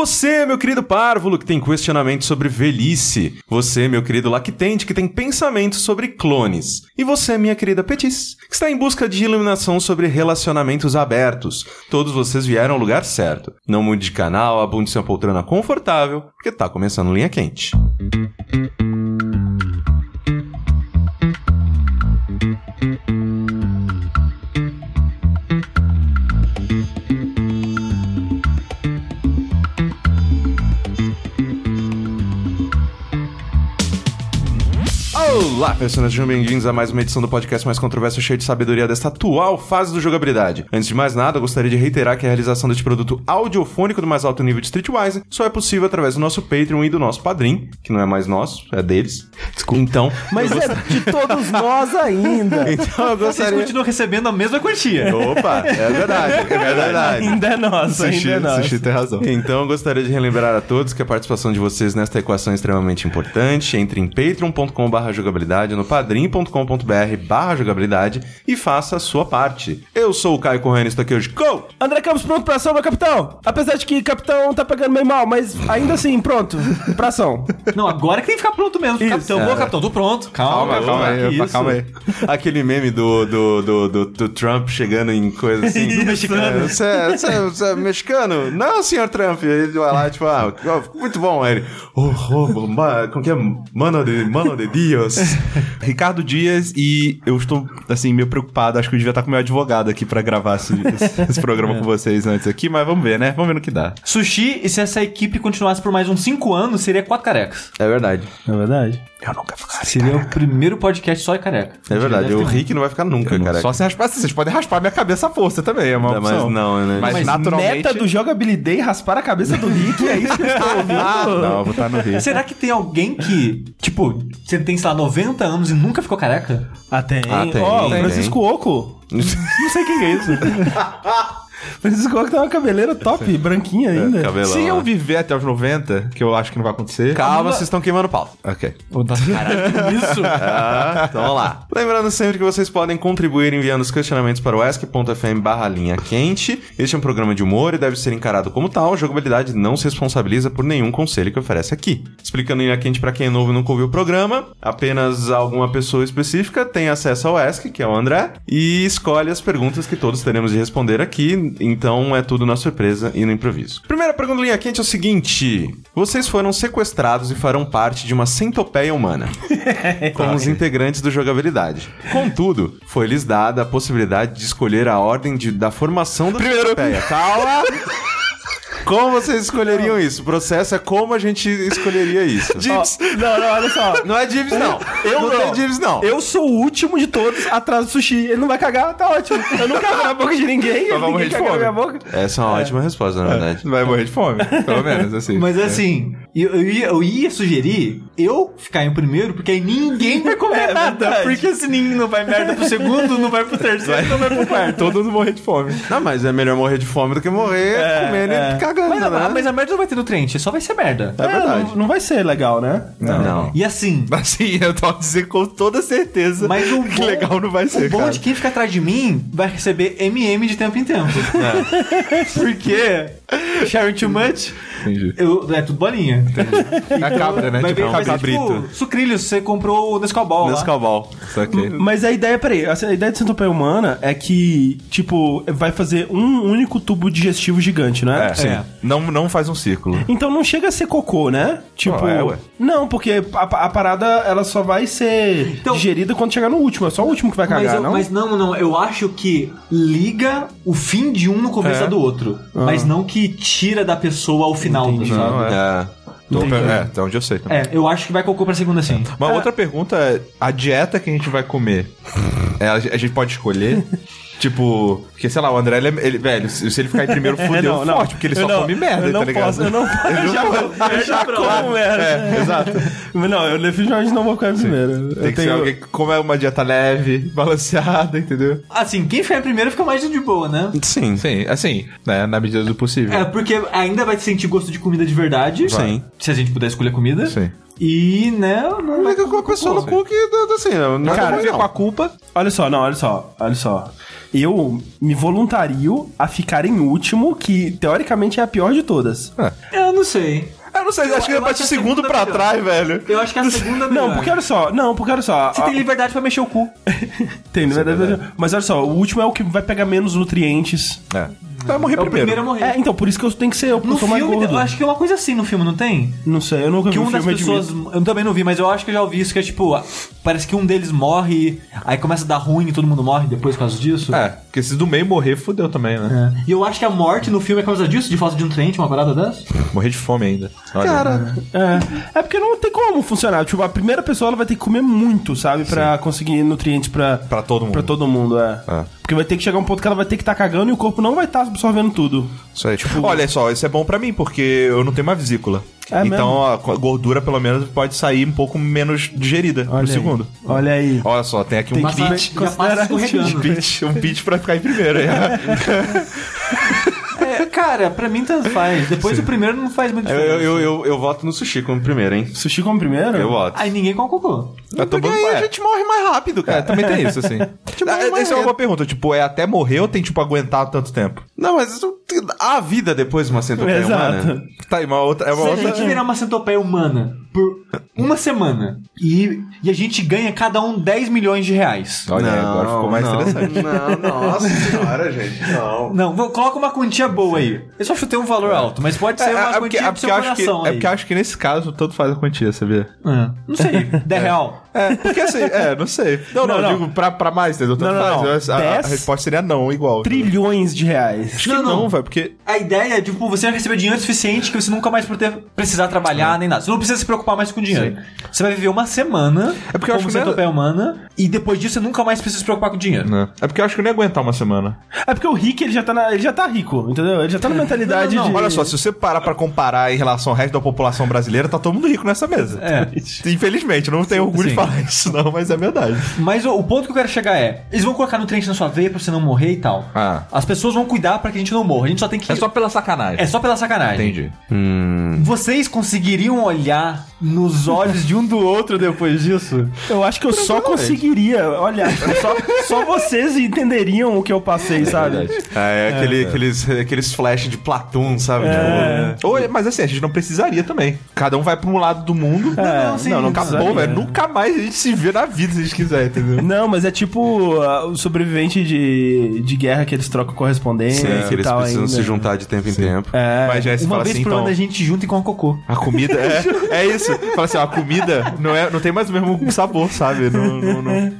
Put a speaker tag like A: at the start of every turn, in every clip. A: Você, meu querido párvulo, que tem questionamento sobre velhice. Você, meu querido lactente, que tem pensamentos sobre clones. E você, minha querida Petis, que está em busca de iluminação sobre relacionamentos abertos. Todos vocês vieram ao lugar certo. Não mude de canal, abunde sua poltrona confortável, porque tá começando linha quente. Olá, personagens, sejam bem-vindos a mais uma edição do podcast mais controverso cheio de sabedoria desta atual fase do jogabilidade. Antes de mais nada, eu gostaria de reiterar que a realização deste produto audiofônico do mais alto nível de Streetwise só é possível através do nosso Patreon e do nosso Padrim, que não é mais nosso, é deles. Desculpa. Então,
B: Mas é de todos nós ainda.
A: então eu
C: Vocês
A: gostaria...
C: continuam recebendo a mesma quantia.
A: Opa, é verdade, é verdade.
B: Ainda é nosso, ainda
D: Sushi,
B: é nosso.
D: sushi tem razão.
A: Então, eu gostaria de relembrar a todos que a participação de vocês nesta equação é extremamente importante. Entre em patreon.com.br jogabilidade, no padrim.com.br barra jogabilidade e faça a sua parte. Eu sou o Caio Corrêa, estou aqui hoje com...
B: André Campos pronto pra ação, meu capitão. Apesar de que o capitão tá pegando meio mal, mas ainda assim, pronto, pra ação.
C: Não, agora que tem que ficar pronto mesmo. capitão, boa, capitão, tô pronto. é. Calma,
D: Calma, calma aí, opa,
C: isso.
D: calma aí.
A: Aquele meme do, do, do, do, do Trump chegando em coisa assim...
C: Do mexicano.
A: É, Você é, você é- você é mexicano? Não, senhor Trump. Ele vai lá, tipo, ah, ó, muito bom. Aí Ele, oh, oh, ma, como que é? Mano de, mano de Dios.
D: Ricardo Dias e eu estou, assim, meio preocupado. Acho que eu devia estar com meu advogado aqui pra gravar esse, esse- esse programa com vocês antes aqui, mas vamos ver, né? Vamos ver no que dá.
C: Sushi, e se essa equipe continuasse por mais uns 5 anos, seria quatro carecas.
A: É verdade.
B: É verdade.
D: Eu nunca ficarei.
C: Seria o primeiro podcast só de careca.
A: É verdade.
C: Deve
A: O
C: ter-
A: Rick não vai ficar nunca, cara.
D: Só se raspar, assim, vocês podem raspar minha cabeça à força também, é uma
A: Ainda mais
D: opção.
A: não, né?
D: Mas,
B: Mas
D: naturalmente...
B: meta do jogabilidade raspar a cabeça do Rick, é isso que eu estou ouvindo.
D: Ah, não, eu vou estar no Rio.
C: Será que tem alguém que, tipo, você tem, sei lá, 90 anos e nunca ficou careca?
B: Ah, tem.
A: Ah, tem,
B: Ó, o
A: tem.
B: Francisco Oco. Não sei quem é isso. Francisco Oco tem uma cabeleira top, branquinha ainda.
A: É, Cabelão,
D: Se eu
A: né?
D: viver até os 90, que eu acho que não vai acontecer...
A: Calma, vocês estão queimando pauta.
D: Ok.
C: Isso.
A: Ah, então vamos lá. Lembrando sempre que vocês podem contribuir enviando os questionamentos para o ESC.fm barra linha quente. Este é um programa de humor e deve ser encarado como tal. A jogabilidade não se responsabiliza por nenhum conselho que oferece aqui. Explicando linha quente para quem é novo e nunca ouviu o programa, apenas alguma pessoa específica tem acesso ao ESC, que é o André, e escolhe as perguntas que todos teremos de responder aqui. Então é tudo na surpresa e no improviso. Primeira pergunta do linha quente é o seguinte: vocês foram sequestrados e farão parte de uma centopeia humana com os integrantes do jogabilidade. Contudo, foi-lhes dada a possibilidade de escolher a ordem de- da formação do Primeiro. Calma! Como vocês escolheriam isso? O processo é como a gente escolheria isso.
B: Ó, não, não, olha só.
A: Não é Dibs, não.
B: Eu
A: não. tem
B: não.
A: Dibs, não.
B: Eu sou o último de todos atrás do sushi. Ele não vai cagar, tá ótimo. Eu não cago na boca de ninguém.
D: Mas vamos
B: ninguém
D: morrer de
B: caga na
D: fome.
B: minha boca.
A: Essa é uma ótima resposta, na verdade.
D: Vai morrer de fome, pelo menos, assim.
C: Mas assim, eu, eu ia, eu ia sugerir eu ficar em primeiro, porque aí ninguém vai comer nada. Porque se ninguém não vai merda pro segundo, não vai pro terceiro, não vai pro
B: é-
C: quarto.
D: É, Todo mundo morrer de fome.
A: Não, mas é melhor morrer de fome do que morrer comendo e cagando,
C: Mas,
A: né?
C: a, mas a merda não vai ter nutriente, só vai ser merda.
A: É verdade.
B: não, não vai ser legal, né?
A: Não. não.
C: E assim,
D: Assim, eu tô dizendo com toda certeza
C: mas o
D: que
C: bom,
D: legal não vai ser,
C: o bom
D: cara.
C: de quem fica atrás de mim vai receber MM de tempo em tempo.
D: É.
C: Porque sharing too much,
D: Entendi.
C: eu, é tudo bolinha.
D: É cabra, né?
C: vai ver,
D: Tipo, é um
C: vai ser
D: cabrito.
C: tipo, sucrilhos, você comprou o Nescau Ball lá.
A: Nescalbal.
D: Saquei.
B: Mas a ideia, peraí, essa- a ideia de centopeia humana é que, tipo, vai fazer um único tubo digestivo gigante, né?
D: É, sim.
C: É.
D: Não, não faz um círculo.
B: Então não chega a ser cocô, né? Tipo.
D: é, ué.
B: Não, porque a, a parada ela só vai ser
C: Então-
B: digerida quando chegar no último. É só o último que vai cagar,
C: mas, eu-
B: não?
C: mas não, não, eu acho que liga o fim de um no começo
D: É.
C: da do outro. Mas não que tira da pessoa o final,
D: Ah. Não,
C: sabe?
D: é. Então, é, até onde eu sei também.
C: É, eu acho que vai cocô pra segunda sim.
B: Ah.
D: Uma outra pergunta é, a dieta que a gente vai comer, é, a a gente pode escolher? tipo, porque sei lá, o André, ele, é- ele- velho, se se ele ficar em primeiro,
B: É,
D: fudeu forte, porque ele
B: Eu
D: só
B: não-
D: come merda,
B: eu não
D: tá ligado?
B: Posso, eu não posso. Eu já, eu já como merda.
D: É, exato.
B: Mas não, eu definitivamente não vou ficar em primeiro.
D: Tem
B: eu
D: que ser alguém que come uma dieta leve, balanceada, entendeu?
C: Assim, quem ficar em primeiro fica mais de boa, né?
A: Sim.
D: Sim, assim, né, na medida do possível.
C: É, porque ainda vai sentir gosto de comida de verdade.
A: Sim.
C: Se a gente puder escolher comida.
D: Sim.
C: E, né, não
A: Mas com a pessoa no cu que, assim, não
B: Cara,
A: não.
B: fica com a culpa. Olha só, não, olha só, olha só. Eu me voluntario a ficar em último, que teoricamente é a pior de todas.
C: Eu não sei.
D: Eu não sei,
C: Eu-
D: acho que
C: eu
D: ele
C: acho
D: bate
C: a
D: segundo
C: segunda
D: pra
C: melhor.
D: trás, velho.
C: Eu acho que é a segunda melhor.
B: Não, porque olha só, não, porque olha só.
C: Você
B: a-
C: tem liberdade pra mexer o cu.
B: Tem, na verdade, Mas olha só, o último é o que vai pegar menos nutrientes.
D: É. Vai morrer
C: É o primeiro a
D: primeiro.
C: morrer.
B: É, então, por isso que eu tenho que ser eu, porque
C: No
B: eu sou mais
C: filme,
B: gordo.
C: eu acho que é uma coisa assim no filme, não tem?
B: Não sei, eu nunca
C: Que
B: vi um
C: uma das
B: filme
C: pessoas.
B: admito.
C: Eu também não vi, mas eu acho que eu já ouvi isso, que é tipo, ah, parece que um deles morre, aí começa a dar ruim e todo mundo morre depois por causa disso.
D: É, porque se do meio morrer, fudeu também, né?
C: É. E eu acho que a morte no filme é por causa disso, de falta de nutriente, uma parada dessa.
D: Morrer de fome ainda. Olha.
A: Cara,
B: É. é porque não tem como funcionar. Tipo, a primeira pessoa ela vai ter que comer muito, sabe? Pra conseguir nutrientes pra,
D: Pra todo mundo.
B: pra todo mundo, é.
D: É.
B: Porque vai ter que chegar um ponto que ela vai ter que estar cagando e o corpo não vai estar absorvendo tudo.
D: Isso aí, tipo, olha só, isso é bom pra mim, porque eu não tenho mais vesícula.
B: É
D: então a gordura, pelo menos, pode sair um pouco menos digerida
B: Olha
D: no
B: aí.
D: segundo.
B: Olha aí.
D: Olha só, tem aqui um
B: Tem
C: Mas
B: que
C: já-
B: ver-
C: já passa
B: considerar tipo
D: Um
C: escorregando.
D: pitch, um pitch pra ficar em primeiro. é.
C: É, cara, pra mim tanto faz. Depois o primeiro não faz muito
A: eu,
C: diferença.
A: eu, eu, eu, eu voto no sushi como primeiro, hein?
B: Sushi como primeiro?
A: Eu voto.
C: Aí ninguém concocou.
D: Eu tô
A: Porque
D: bom-
A: aí
D: é.
A: a gente morre mais rápido,
D: É,
A: cara.
D: também tem isso, assim.
A: Tipo,
D: Ah,
A: morrer.
D: Essa é uma boa pergunta, tipo, é até morrer ou tem, tipo, aguentar tanto tempo?
A: Não, mas isso- a vida depois de uma centopeia
B: Exato.
A: humana...
D: Tá, aí, uma outra. É uma
C: Se a
D: outra...
C: gente virar uma centopeia humana por uma semana e, e a gente ganha cada um 10 milhões de reais.
D: Olha, agora ficou mais
A: não,
D: interessante.
A: Não, nossa senhora, gente, não.
C: Não, vou- coloca uma quantia boa aí. Eu só chutei um
D: É.
C: valor alto, mas pode ser uma
D: porque,
C: quantia pro
D: porque
C: seu
D: eu acho que,
C: coração
D: é
C: aí.
D: porque eu acho que nesse caso todo faz a quantia, sabia?
C: Ah, não sei, 10 real.
D: É, porque assim, é, não sei. Não, não,
B: Não, não.
D: eu digo pra, pra mais, entendeu? Tanto
B: Não, não, não.
D: faz. A- A, a
B: Dez
D: resposta seria não, igual.
B: Trilhões de reais.
D: Acho que
C: Não,
D: não,
C: não.
D: velho, porque.
C: A ideia é, tipo, você vai receber dinheiro suficiente que você nunca mais ter, precisar
D: É.
C: trabalhar nem nada. Você não precisa se preocupar mais com dinheiro. Você vai viver uma semana
D: É porque eu
C: como
D: acho que não é-
C: centopeia humana e depois disso você nunca mais precisa se preocupar com dinheiro.
D: né? É porque eu acho que eu não ia aguentar uma semana.
B: É porque o Rick, ele já tá, na- ele já tá rico, entendeu? Ele já tá na mentalidade
C: não, não,
B: de...
D: Olha só, se você parar pra comparar em relação ao resto da população brasileira, tá todo mundo rico nessa mesa.
C: É.
D: Infelizmente, eu não tenho orgulho de
C: sim.
D: falar isso, não, mas é verdade.
C: Mas o, o ponto que eu quero chegar é: eles vão colocar nutriente na sua veia pra você não morrer e tal.
D: Ah.
C: As pessoas vão cuidar pra que a gente não morra. A gente só tem que.
D: pela sacanagem.
C: É só pela sacanagem.
D: Entendi.
C: Vocês conseguiriam olhar nos olhos de um do outro depois disso?
B: Eu acho que eu só
D: é
B: conseguiria, olha, só, só vocês entenderiam o que eu passei, sabe?
A: É, é aquele, Aqueles, aqueles flash de né? Platoon, sabe?
B: É.
D: Ou, mas assim, a gente não precisaria também. Cada um vai pra um lado do mundo.
B: É,
C: não, sim,
D: não, não,
C: não
D: acabou,
B: precisaria.
D: velho. Nunca mais a gente se vê na vida se a gente quiser, entendeu?
B: Não, mas é tipo ah, o sobrevivente de, de guerra que eles trocam correspondência
A: Tipo, que
B: e
A: eles
B: tal
A: precisam
B: ainda.
A: se juntar de tempo em tempo.
B: É.
D: Mas já se
C: Uma
D: fala
C: vez
D: assim,
C: por
D: então...
C: ano a gente junta e com cocô.
D: A comida é, é isso. Fala assim, ó, a comida não, é, não tem mais o mesmo sabor, sabe? Não, não, não.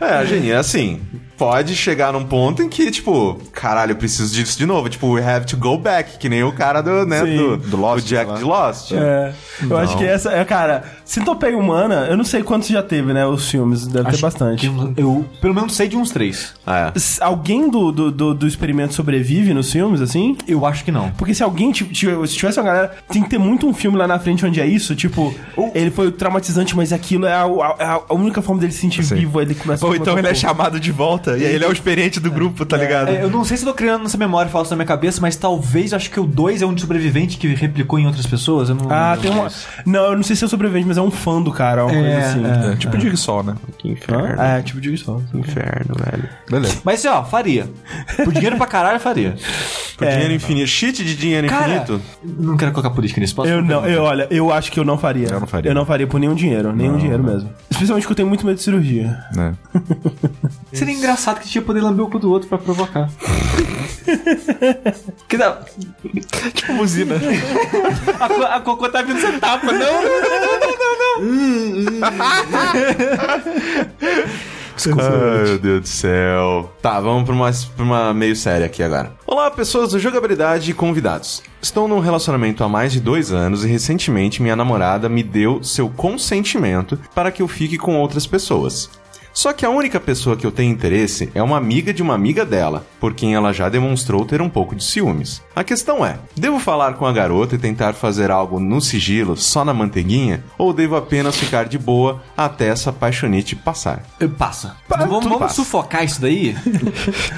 A: É, gente, é assim. Pode chegar num ponto em que, tipo, caralho, eu preciso disso de novo. Tipo, we have to go back, que nem o cara do, né,
B: Sim.
A: do,
D: Do Lost,
A: do
D: sei
A: Jack
D: lá.
A: de Lost.
B: É. Eu acho que essa é, cara, Centopeia Humana, eu não sei quantos já teve, né, os filmes, deve ter bastante.
C: Eu, pelo menos, sei de uns três.
A: Ah, é.
B: S- Alguém do, do, do, do experimento sobrevive nos filmes, assim?
C: Eu acho que não.
B: Porque se alguém, ti- ti- se tivesse uma galera, tem que ter muito um filme lá na frente onde é isso, tipo, ele foi traumatizante, mas aquilo é a, a- a- a única forma dele se sentir vivo, aí ele começa
D: Ou
B: comer
D: então ele é
B: cocô.
D: chamado de volta e aí ele é o experiente do grupo, tá ligado?
C: É, eu não sei se eu tô criando essa memória falsa na minha cabeça, mas talvez acho que o dois é um de sobrevivente que replicou em outras pessoas. Eu não,
B: Ah,
C: não
B: tem uma. Não, eu não sei se é o sobrevivente, mas é um fã do cara, uma coisa
C: É,
B: assim.
C: é.
D: tipo um sol, né?
A: Que inferno.
B: Hã? É, tipo de só.
A: Inferno, velho.
D: Beleza.
C: Mas assim, ó, faria. Por dinheiro pra caralho, faria.
B: É.
A: Por dinheiro infinito. Cheat de dinheiro
C: Cara,
A: infinito?
C: não quero colocar política nisso. Posso
B: Eu não, eu, olha, eu acho que eu não faria.
D: Eu não faria.
B: Eu não faria por nenhum dinheiro, nenhum dinheiro mesmo. Especialmente que eu tenho muito medo de cirurgia.
D: É,
C: Seria engraçado que tinha poder lamber o cu do outro pra provocar. que da...
D: Tipo buzina.
C: a, co- a cocô tá vindo você tapa, não?
A: Ai, meu Deus do céu. Tá, vamos pra uma, pra uma meio séria aqui agora. Olá, pessoas do Jogabilidade e convidados. Estou num relacionamento há mais de dois anos e recentemente minha namorada me deu seu consentimento para que eu fique com outras pessoas. Só que a única pessoa que eu tenho interesse é uma amiga de uma amiga dela, por quem ela já demonstrou ter um pouco de ciúmes. A questão é: devo falar com a garota e tentar fazer algo no sigilo, só na manteiguinha? Ou devo apenas ficar de boa até essa paixonite passar?
C: Eu- Passa. vamos vamos
A: passa.
C: sufocar isso daí?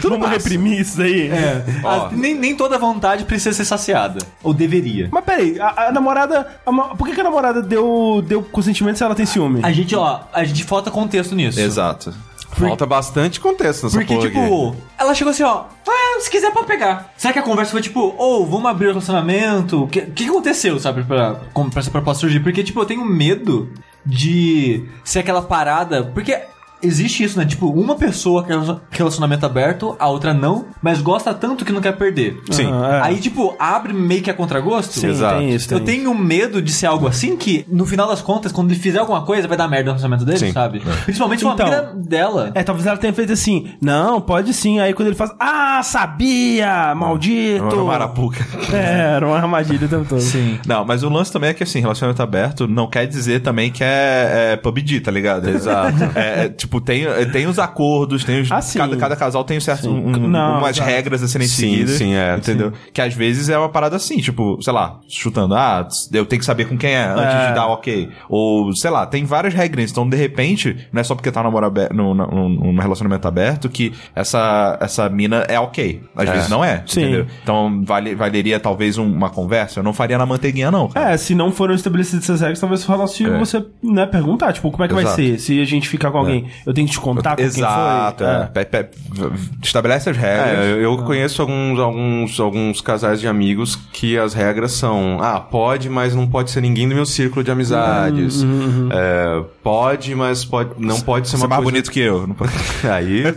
B: Vamos reprimir isso aí?
C: É.
A: Ó.
C: As- nem, nem toda vontade precisa ser saciada. Ou deveria.
B: Mas peraí, a, a namorada. a ma- por que, que a namorada deu, deu consentimento se ela tem ciúme?
C: A gente, ó, a gente falta contexto nisso.
D: Exato.
A: Falta bastante contexto nessa
C: Porque,
A: porra aqui.
C: tipo, ela chegou assim, ó, ah, se quiser pode pegar. Será que a conversa foi tipo, ou vamos abrir o relacionamento? O que, o que aconteceu, sabe, pra, como, pra essa proposta surgir? Porque, tipo, eu tenho medo de ser aquela parada. Porque existe isso, né? Tipo, uma pessoa quer um relacionamento aberto, a outra não, mas gosta tanto que não quer perder.
A: Sim.
B: Ah, é.
C: Aí, tipo, abre meio que a contragosto.
B: Sim,
A: Exato.
B: tem isso. Tem
C: Eu tenho medo de ser algo assim que, no final das contas, quando ele fizer alguma coisa, vai dar merda no relacionamento dele,
A: Sim. É.
C: sabe? Principalmente com
B: Então,
C: a amiga dela.
B: É, talvez ela tenha feito assim, não, pode sim. Aí quando ele faz, ah,
D: É
B: sabia, maldito.
A: Uma marapuca.
B: É, era uma armadilha o tempo todo.
C: Sim.
D: Não, mas o lance também é que, assim, relacionamento aberto não quer dizer também que é, é PUBG, tá ligado? Exato. É, é, tipo, tem, é, tem os acordos, tem os...
B: Ah, sim.
D: cada, cada casal tem um certo, um- um-
B: Não,
D: umas
B: exato.
D: regras a serem
A: Sim,
D: seguidas.
A: sim, é.
D: Entendeu? Que às vezes é uma parada assim, tipo, sei lá, chutando, ah, eu tenho que saber com quem é antes
B: É.
D: de dar ok. Ou, sei lá, tem várias regrinhas. Então, de repente, não é só porque tá namoro aberto, num, num, num relacionamento aberto que essa, essa mina é ok. Às
A: É.
D: vezes não é,
B: Sim.
D: entendeu? Então, vale, valeria talvez um- uma conversa. Eu não faria na manteiguinha, não, cara.
B: É, se não foram estabelecidas essas regras, talez falar se
D: É.
B: você, né, perguntar, tipo, como é que vai
D: Exato. É.
B: ser? Se a gente ficar com alguém, eu tenho que te contar com
D: Exato,
B: quem foi?
D: é. Pe- pe- v- estabelece as regras.
A: É, eu conheço alguns, alguns, alguns casais de amigos que as regras são: ah, pode, mas não pode ser ninguém do meu círculo de amizades. É, pode, mas pode, não pode ser
D: Você
A: uma
D: é mais
A: coisa...
D: bonito que eu. Não pode-
A: Aí, né?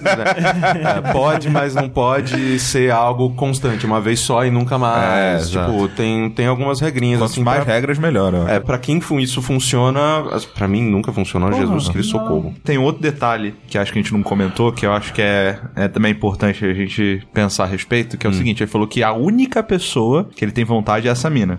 A: É, pode, mas não pode ser algo constante, uma vez só e nunca
D: É,
A: mais.
D: exato.
A: tipo, tem, tem algumas regrinhas
D: Quanto
A: assim.
D: mais
A: pra,
D: regras, melhor. eu acho.
A: é, pra quem fu- isso funciona, as- pra mim nunca funcionou. Jesus Cristo, socorro.
D: Tem outro detalhe que acho que a gente não comentou, que eu acho que é, é também importante a gente pensar a respeito, que é o seguinte, ele falou que a única pessoa que ele tem vontade é essa mina.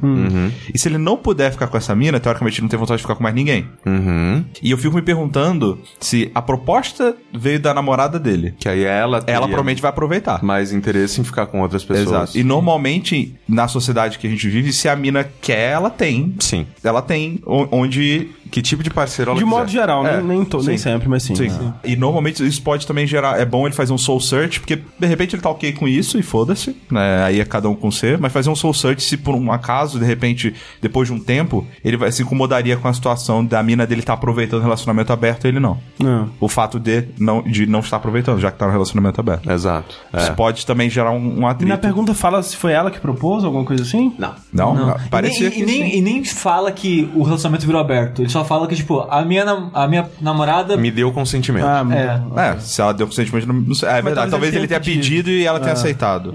D: E se ele não puder ficar com essa mina, teoricamente ele não tem vontade de ficar com mais ninguém.
A: Uhum.
D: E eu fico me perguntando se a proposta veio da namorada dele.
A: Que aí ela
D: Ela
A: teria
D: provavelmente vai aproveitar.
A: mais interesse em ficar com outras pessoas.
D: Exato. E normalmente, na sociedade que a gente vive, se a mina quer, ela tem.
A: Sim.
D: Ela tem o- onde.
A: Que tipo de parceiro ela
B: De modo
A: quiser.
B: geral, né?
D: É,
B: nem, nem, to- nem
D: sim.
B: sempre, mas sim. Ah.
D: Sim. E normalmente isso pode também gerar. É bom ele fazer um soul search, porque de repente ele tá ok com isso e foda-se, né? Aí é cada um com o seu. Mas fazer um soul search, se por um acaso, de repente, depois de um tempo, ele vai se incomodaria com a situação da mina dele tá aproveitando o relacionamento aberto e ele não.
B: Não.
D: O fato de não, de não estar aproveitando, já que tá no relacionamento aberto.
A: Exato.
D: Isso
A: É.
D: pode também gerar um, um
B: E
D: atrito.
B: na pergunta fala se foi ela que propôs, alguma coisa assim?
A: Não.
D: Não,
C: Não.
D: não. parecia
C: e, nem, e, nem, e nem fala que o relacionamento virou aberto. Ele só fala que, tipo, a minha, nam- a minha namorada.
A: Me deu consentimento.
B: Ah,
C: É.
D: É, se ela deu consentimento, não- não sei. É
B: talvez
D: verdade, talvez
B: ele
D: ele tenha
B: tenha
D: pedido e ela tenha aceitado.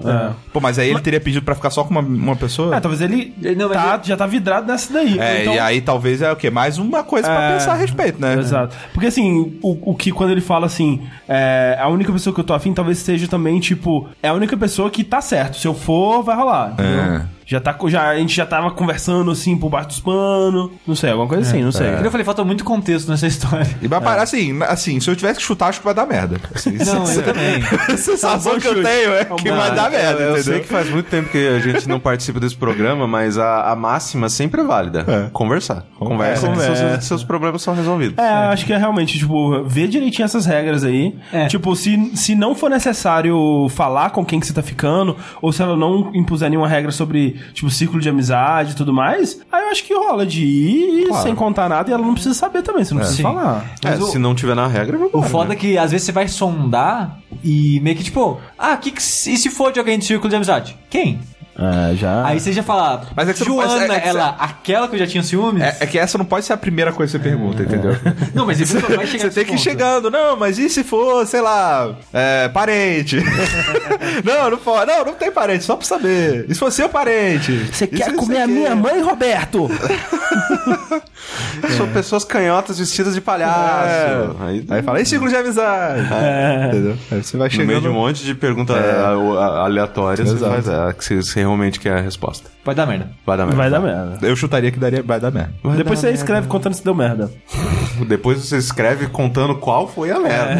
D: Pô, mas aí ele teria pedido pra ficar só com uma, uma pessoa?
B: É, talvez ele
C: Ele não é- vai
B: tá- já tá vidrado nessa daí.
D: É,
B: Ou então-
D: e aí talvez é o quê? Mais uma coisa pra
B: É.
D: pensar a respeito, né?
B: Exato. Porque assim, o, o que quando ele fala assim, é, a única pessoa que eu tô afim talvez seja também, tipo, é a única pessoa que tá certo. Se eu for, vai rolar. entendeu?
D: É.
B: Já tá, co- já, a gente já tava conversando assim por baixo dos panos. Não sei, alguma
D: É,
B: coisa assim, não sei.
C: Eu falei, falta muito contexto nessa história.
D: E vai parar assim, na- assim, se eu tivesse que chutar, acho que vai dar merda. Assim,
C: Não, eu também.
D: a sensação que eu
B: chute.
D: tenho é que
B: bom
D: vai
B: chute.
D: dar merda,
A: eu
D: entendeu?
A: sei que faz muito tempo que a gente não participa desse programa, mas a, a máxima sempre é válida.
D: É.
A: Conversar. Conversa, que
B: Conversa.
A: seus, seus problemas são resolvidos.
B: É, eu acho que é realmente, tipo, ver direitinho essas regras aí.
C: É.
B: Tipo, se, se não for necessário falar com quem que você tá ficando, ou se ela não impuser nenhuma regra sobre, tipo, círculo de amizade e tudo mais, aí eu acho que rola de ir
D: Claro.
B: sem contar nada e ela não precisa saber também, você não precisa
C: Sim.
B: falar.
A: É,
C: Mas o-
A: se não tiver na regra, né? eu
C: O foda é que às vezes você vai sondar e meio que tipo, ah, que que se- e se for de alguém do círculo de amizade? Quem?
B: É, já.
C: Aí você já fala,
D: Mas é que você não
C: Joana,
D: pode- é que você-
C: ela, aquela que eu já tinha ciúmes?
D: É, é que essa não pode ser a primeira coisa que você pergunta, entendeu?
C: Não, mas ele nunca vai chegar
D: Você
C: nesse
D: tem que ir
C: ponto.
D: chegando, não, mas e se for, sei lá, é, parente? não, não pode, não, não tem parente, só pra saber. E se for seu parente?
B: Você
D: E se é-
B: quer
D: não
B: comer
D: sei
B: a
D: quê?
B: minha mãe, Roberto?
A: São pessoas canhotas vestidas de palhaço.
D: É.
A: Aí,
D: Aí fala, e círculo de amizade? Entendeu? Aí você vai
A: no meio de um
D: chegando.
A: monte de perguntas aleatórias, você
D: Exato.
A: faz, é, que você, você realmente que é a resposta.
C: Vai dar merda.
A: Vai dar merda.
B: Vai dar merda.
D: Eu chutaria que daria, vai dar merda.
A: Vai
B: Depois
A: dar
B: você escreve contando se deu merda.
A: merda. Depois você escreve contando qual foi a merda.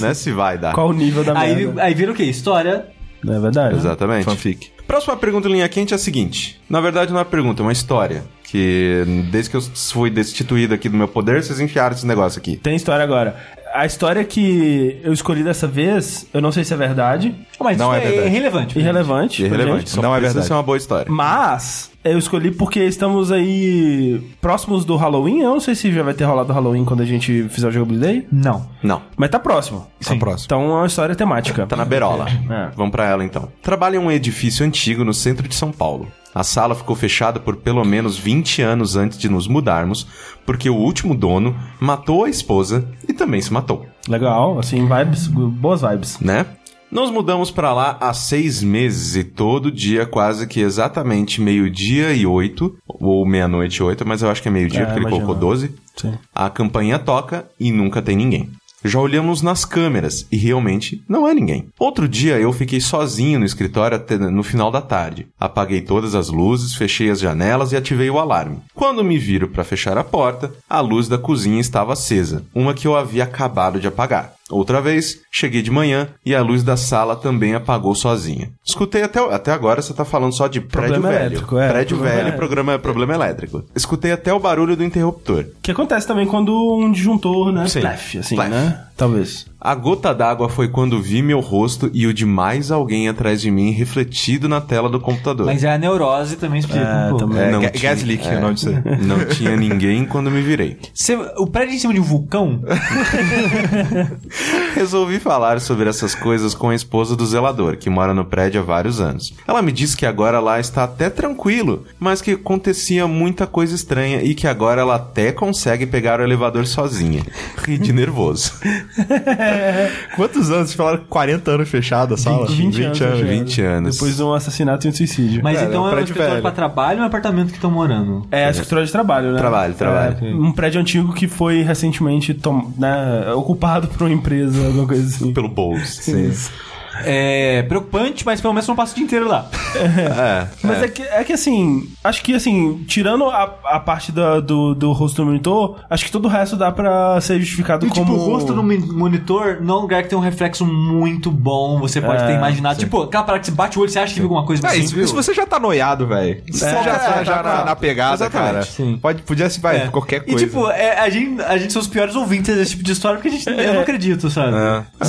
A: né? Se vai dar.
B: Qual o nível da
C: Aí,
B: merda.
C: aí vira o quê? História.
B: Não é verdade?
A: Exatamente.
D: Fanfic.
A: Próxima pergunta em linha quente é a seguinte. Na verdade, não é uma pergunta, é uma história. Que desde que eu fui destituído aqui do meu poder, vocês enfiaram esse negócio aqui.
B: Tem história agora. A história que eu escolhi dessa vez, eu não sei se é verdade.
C: Oh, mas
D: Não
C: isso
D: é verdade.
C: irrelevante.
B: Irrelevante. pra
A: Irrelevante.
B: gente.
A: Tipo, Só
D: Não é
A: precisa
D: verdade.
A: ser uma boa história.
B: Mas eu escolhi porque estamos aí próximos do Halloween. Eu não sei se já vai ter rolado o Halloween quando a gente fizer o jogo Day.
C: Não.
A: Não.
B: Mas tá próximo.
D: Sim. próximo.
B: Então é uma história temática.
A: Tá na berola.
B: É.
A: Vamos pra ela então. Trabalha em um edifício antigo no centro de São Paulo. A sala ficou fechada por pelo menos 20 anos antes de nos mudarmos, porque o último dono matou a esposa e também se matou,
B: Legal, assim, vibes, boas vibes.
A: né? Nós mudamos pra lá há seis meses e todo dia, quase que exatamente meio-dia e oito, ou meia-noite e oito, mas eu acho que é meio-dia
B: É,
A: porque ele
B: imagino.
A: colocou 12.
B: Sim.
A: A campainha toca e nunca tem ninguém. Já olhamos nas câmeras e realmente não há ninguém. Outro dia eu fiquei sozinho no escritório até no final da tarde. Apaguei todas as luzes, fechei as janelas e ativei o alarme. Quando me viro para fechar a porta, a luz da cozinha estava acesa, uma que eu havia acabado de apagar. Outra vez, cheguei de manhã e a luz da sala também apagou sozinha. Escutei até, até agora você tá falando só de prédio
B: Problema
A: velho.
B: elétrico, é,
A: prédio
B: problema
A: velho,
B: elétrico.
A: programa problema elétrico. Escutei até o barulho do interruptor.
B: Que acontece também quando um disjuntor, né?
A: Sim.
B: Plef, assim,
A: Plef.
B: né? Talvez.
A: A gota d'água foi quando vi meu rosto e o de mais alguém atrás de mim refletido na tela do computador.
C: Mas é a neurose também explica
B: É,
C: um pouco.
B: também.
D: É,
A: não
D: ga-
A: tinha-
D: gas leak é o nome disso aí.
A: Não tinha ninguém quando me virei.
C: Você- o prédio em cima de um vulcão?
A: Resolvi falar sobre essas coisas com a esposa do zelador, que mora no prédio há vários anos. Ela me disse que agora lá está até tranquilo, mas que acontecia muita coisa estranha e que agora ela até consegue pegar o elevador sozinha. Ri de nervoso.
D: Quantos anos? Vocês falaram 40 anos fechada a sala?
B: 20 anos,
D: anos.
B: já.
A: 20 anos.
B: Depois de um assassinato e um suicídio.
C: Mas
D: Cara, é
C: então
D: um
C: é um
D: prédio
C: escritório
D: velho.
C: pra trabalho ou é um apartamento que estão morando?
B: É, a estrutura de trabalho, né?
A: Trabalho, trabalho.
B: É, um prédio antigo que foi recentemente tom- né, ocupado por uma empresa, alguma coisa assim.
A: Pelo bolso. Sim.
C: É preocupante, mas pelo menos não passa o dia inteiro lá.
B: Mas é. que, é que assim, acho que assim, tirando a, a parte da- do, do rosto do monitor, acho que todo o resto dá pra ser justificado
C: E,
B: como.
C: Tipo, o rosto do mon- monitor não é um lugar que tem um reflexo muito bom, você pode
B: É,
C: ter imaginado. Tipo, aquela parada que você bate o olho, você acha que viu alguma coisa mas
D: É,
C: você
A: um.
D: isso,
C: não viu.
D: isso você já tá noiado, velho. Você
B: É,
D: já tá
B: é,
D: já
B: tá
D: na,
B: pronto.
D: na pegada,
A: Exatamente.
D: cara.
C: Sim.
D: Pode, podia se vai, qualquer
C: E
D: coisa.
C: tipo, é, a, gente, a gente são os piores ouvintes desse tipo de história porque a gente eu
D: É.
C: não acredito, sabe?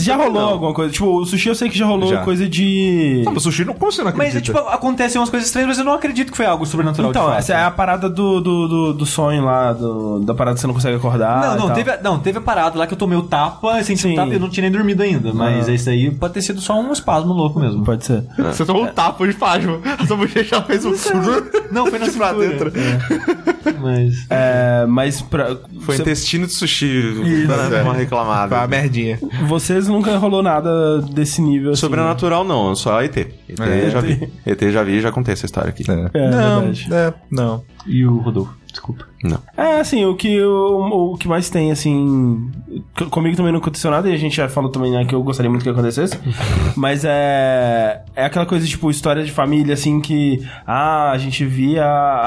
B: Já rolou alguma coisa? Tipo, o sushi eu sei que já rolou
D: Já.
B: coisa de.
D: Não, mas sushi não, como você não
C: Mas
D: acredita?
C: é, tipo, acontecem umas coisas estranhas, mas eu não acredito que foi algo sobrenatural. de
B: Então,
C: fato.
B: essa é a parada do, do, do, do sonho lá, do- da parada que você não consegue acordar.
C: Não,
B: e
C: não
B: tal.
C: teve, a- não, teve a parada lá que eu tomei o tapa, senti
B: Sim.
C: o tapa e eu não tinha nem dormido ainda. Mas isso aí pode ter sido só um espasmo louco mesmo.
B: Pode ser.
D: Você tomou um tapa de página. A sua bochecha fez um...
C: é Não, foi na
D: De pra
C: cintura.
D: dentro.
C: É. Mas.
B: É, mas pra.
A: Foi
B: cê-
A: intestino de sushi. Dá é. Uma reclamada.
D: Foi uma merdinha.
B: vocês nunca rolou nada desse nível. Assim.
A: Sobrenatural não, só ET. ET
D: É,
A: já vi. ET já vi e já contei essa história aqui.
B: É,
D: não,
B: verdade.
D: é, não.
C: E o Rodolfo, desculpa.
A: Não.
B: É, assim, o que, o, o que mais tem, assim. c- Comigo também não aconteceu nada, e a gente já falou também né, que eu gostaria muito que acontecesse. mas é. É aquela coisa, tipo, história de família, assim, que. Ah, a gente via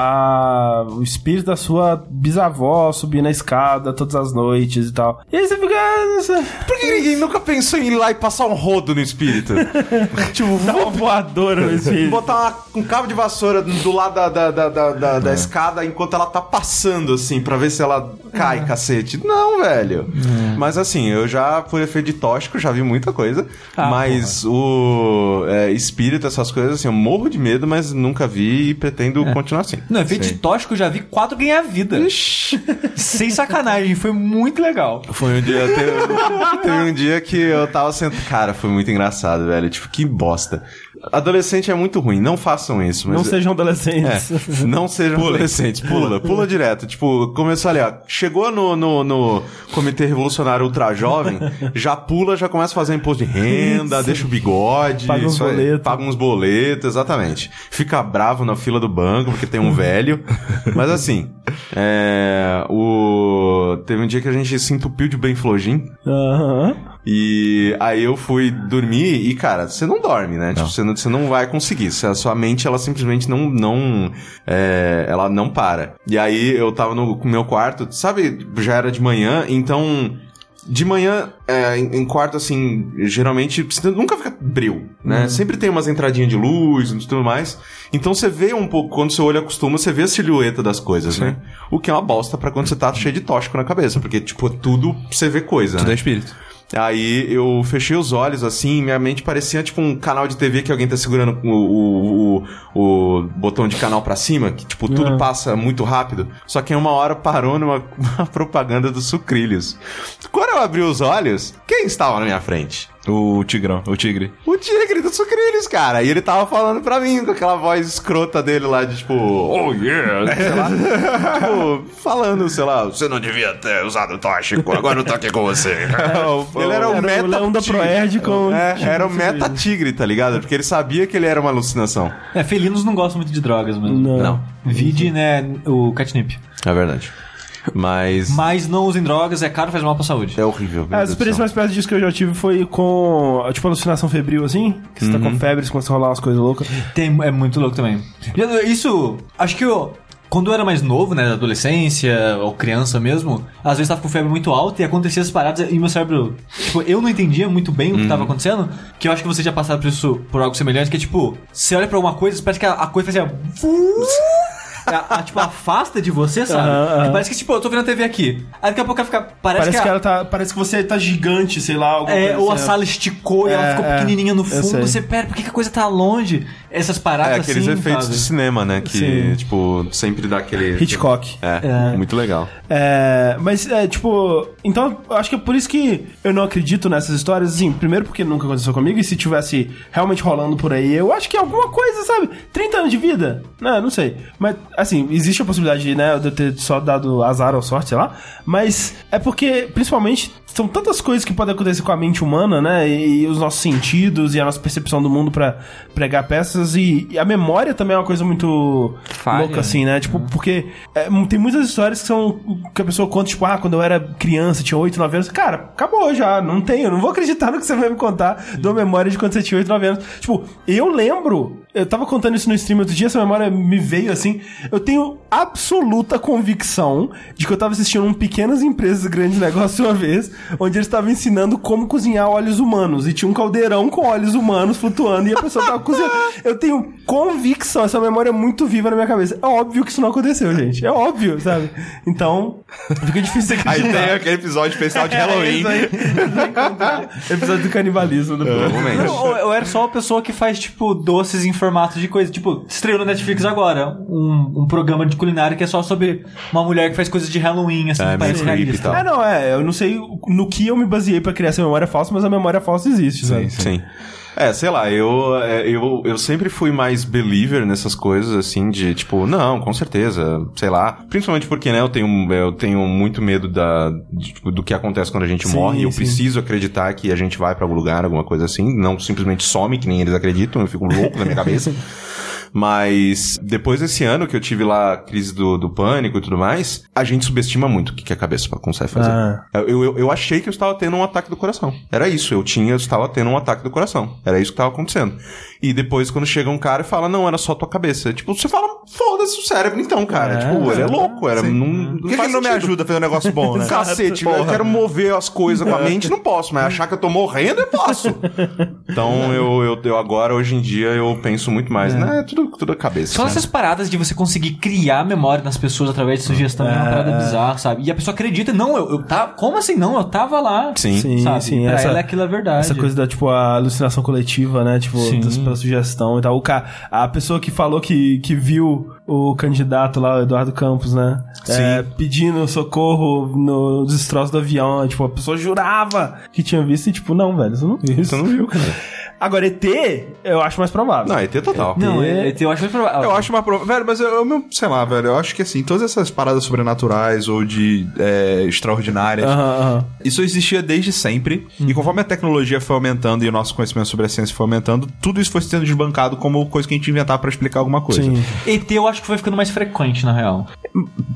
B: a- o espírito da sua bisavó subir na escada todas as noites e tal. E aí você fica. ah, essa-
A: Por que ninguém nunca pensou em ir lá e passar um rodo no espírito? tipo,
C: Tá
B: Dá
C: um
B: uma voadora no espírito.
A: botar uma- um cabo de vassoura do lado da, da, da, da, da- da escada enquanto ela tá passando, assim, pra ver se ela cai, cacete. Não, velho. Mas assim, eu já fui efeito de tóxico, já vi muita coisa.
C: Ah,
A: mas o é, espírito, essas coisas, assim, eu morro de medo, mas nunca vi e pretendo continuar assim.
C: Não, efeito de tóxico eu já vi quatro ganhar vida. Sem sacanagem, foi muito legal.
A: Foi um dia. Teve, teve um dia que eu tava sentado. Cara, foi muito engraçado, velho. Tipo, que bosta. Adolescente é muito ruim, não façam isso. Mas
B: Não sejam adolescentes.
A: É, não sejam adolescentes. Pula, pula direto. Tipo, começou ali, ó. Chegou no, no, no Comitê Revolucionário Ultra Jovem, já pula, já começa a fazer imposto de renda, deixa o bigode.
B: Paga uns
A: isso aí.
B: boletos.
A: Paga uns boletos, exatamente. Fica bravo na fila do banco, porque tem um velho. Mas assim, é, o... teve um dia que a gente se entupiu de Benflogin.
B: Aham.
A: E aí eu fui dormir e, cara, você não dorme, né? Tipo, você não, você não vai conseguir. Você- A sua mente, ela simplesmente não. não é, ela não para. E aí eu tava no meu quarto, sabe? Já era de manhã, então. De manhã, é, em, em quarto, assim, geralmente você nunca fica breu, né? Sempre tem umas entradinhas de luz e tudo mais. Então você vê um pouco, quando seu olho acostuma, você vê a silhueta das coisas, né? O que é uma bosta pra quando você tá cheio de tóxico na cabeça, porque, tipo, tudo você vê coisa.
D: Tudo
A: né?
D: é espírito.
A: Aí eu fechei os olhos assim, e minha mente parecia tipo um canal de TV que alguém tá segurando o, o, o- o botão de canal pra cima, que tipo tudo
B: Ah.
A: passa muito rápido. Só que em uma hora parou numa uma propaganda dos sucrilhos. Quando eu abri os olhos, quem estava na minha frente?
D: O tigrão, o tigre.
A: O tigre do sucrilhos, cara. E ele tava falando pra mim com aquela voz escrota dele lá de tipo, oh yeah, sei lá. tipo, falando, sei lá,
E: Você não devia ter usado tóxico, agora eu tô aqui com você.
A: ele era o
B: Era o
A: meta
B: leão da
A: tigre.
B: Proerd com-
A: É, era o
B: Tigre.
A: meta tigre, tá ligado? Porque ele sabia que ele era uma alucinação.
C: É, felinos não gostam muito de drogas mesmo.
B: Não.
C: Vide, né, o catnip.
A: É verdade. Mas
C: Mas não usem drogas, é caro, faz mal pra saúde.
A: é horrível. meu
B: A
A: Deus do
B: experiência
A: céu.
B: mais perto disso que eu já tive foi com, tipo, alucinação febril, assim. Que você
A: Uhum.
B: tá com febre, você começa a rolar umas coisas loucas.
C: Tem- é muito louco também. Já- Isso, acho que eu, quando eu era mais novo, né, na adolescência ou criança mesmo, às vezes tava com febre muito alta e acontecia as paradas e meu cérebro, tipo, eu não entendia muito bem
A: Uhum.
C: o que tava acontecendo, que eu acho que você já passaram por isso, por algo semelhante, que é tipo, você olha pra alguma coisa, parece que a, a coisa fazia... A, a, tipo, afasta de você, sabe?
B: Aham, aham.
C: Parece que, tipo, eu tô vendo a TV aqui. Aí daqui a pouco ela fica. Parece,
B: Parece que,
C: é a-
B: ela tá. Parece que você tá gigante, sei lá, alguma
C: É,
B: coisa
C: ou a
B: assim.
C: sala esticou e
B: É,
C: ela ficou
B: é.
C: pequenininha no
B: Eu
C: fundo.
B: sei.
C: Você, pera, por que, que a coisa tá longe? Essas paradas
A: É, aqueles
C: assim,
A: efeitos
C: sabe?
A: de cinema, né? Que,
B: Sim.
A: tipo, sempre dá aquele.
B: Hitchcock.
A: É, muito legal.
B: É, mas é tipo. Então, eu acho que é por isso que eu não acredito nessas histórias. Assim, primeiro porque nunca aconteceu comigo, e se tivesse realmente rolando por aí, eu acho que é alguma coisa, sabe? 30 anos de vida? Né, Não, não sei. Mas, assim, existe a possibilidade, né, de eu ter só dado azar ou sorte, sei lá. Mas é porque, principalmente, são tantas coisas que podem acontecer com a mente humana, né? E, e os nossos sentidos e a nossa percepção do mundo pra pregar peças. E, e a memória também é uma coisa muito
C: Falha,
B: louca, assim assim, né? Tipo, porque é, mu- tem muitas histórias que são que a pessoa conta, tipo, ah, quando eu era criança, tinha 8, 9 anos. Cara, acabou já, não tenho, não vou acreditar no que você vai me contar da memória de quando você tinha 8, 9 anos. Tipo, eu lembro, eu tava contando isso no stream outro dia, essa memória me veio assim. Eu tenho absoluta convicção de que eu tava assistindo um Pequenas Empresas Grandes Negócios uma vez, onde eles estavam ensinando como cozinhar óleos humanos. E tinha um caldeirão com óleos humanos flutuando e a pessoa tava cozinhando. Eu tenho convicção, essa memória é muito viva na minha cabeça. É óbvio que isso não aconteceu, gente. É óbvio, sabe? Então, fica difícil
A: tá.
D: Aí
B: acreditar.
D: tem aquele episódio especial de
B: É
D: Halloween.
B: isso aí. Episódio do canibalismo do povo.
A: Realmente.
C: Não, eu- eu era só uma pessoa que faz, tipo, doces em formato de coisa. Tipo, estreou na Netflix agora um, um programa de culinária que é só sobre uma mulher que faz coisas de Halloween, assim,
A: É,
C: que parece
A: meio creepy e
C: realista.
A: tal.
B: É, não, é. Eu não sei no que eu me baseei pra criar essa memória falsa, mas a memória falsa existe, sabe?
A: Sim. É, sei lá, eu, é, eu, eu sempre fui mais believer nessas coisas, assim, de tipo, não, com certeza, sei lá. Principalmente porque, né, eu tenho, eu tenho muito medo da, de, tipo, do que acontece quando a gente
B: Sim,
A: morre. Eu
B: sim.
A: preciso acreditar que a gente vai pra algum lugar, alguma coisa assim. Não simplesmente some, que nem eles acreditam, eu fico louco na minha cabeça. Mas depois desse ano que eu tive lá a crise do, do pânico e tudo mais, a gente subestima muito o que que a cabeça consegue fazer.
B: Ah.
A: Eu, eu, eu achei que eu estava tendo um ataque do coração. Era isso, eu tinha, eu estava tendo um ataque do coração. Era isso que estava acontecendo. E depois, quando chega um cara e fala, não, era só tua cabeça. Tipo, você fala, foda-se o cérebro então, cara.
B: É,
A: tipo, ele é louco, era. Não, não
D: Por que, que
A: faz
D: ele não me
A: sentido.
D: ajuda a fazer um negócio bom, né?
A: Cacete, eu quero mover as coisas com a mente, não posso, mas achar que eu tô morrendo, eu posso. Então, eu, eu, eu agora, hoje em dia, eu penso muito mais, né? É tudo, tudo a cabeça.
C: Só
A: né?
C: essas paradas de você conseguir criar memória nas pessoas através de sugestão é uma parada bizarra, sabe? E a pessoa acredita, não, eu, eu tava. Como assim não? Eu tava lá.
A: Sim.
B: Sim,
C: sabe?
B: sim,
C: Pra
B: essa-
C: ela aquilo é verdade.
B: Essa coisa da, tipo, a alucinação coletiva, né? Tipo,
C: Sim.
B: das- pela sugestão e tal. O ca... A pessoa que falou que, que viu o candidato lá, o Eduardo Campos, né? É, pedindo socorro no destroço do avião. Tipo, a pessoa jurava que tinha visto e, tipo, não, velho, você não viu. Você não viu, cara. Agora, ET, eu acho mais provável.
A: Não, ET total.
C: Não, é- eu acho mais provável.
D: Eu acho uma prova. Velho, mas eu, eu mesmo- sei lá, velho. Eu acho que assim, todas essas paradas sobrenaturais ou de é, extraordinárias,
B: Aham, aham.
D: isso existia desde sempre. E conforme a tecnologia foi aumentando e o nosso conhecimento sobre a ciência foi aumentando, tudo isso foi sendo desbancado como coisa que a gente inventava pra explicar alguma coisa.
B: Sim.
C: ET eu acho que foi ficando mais frequente, na real.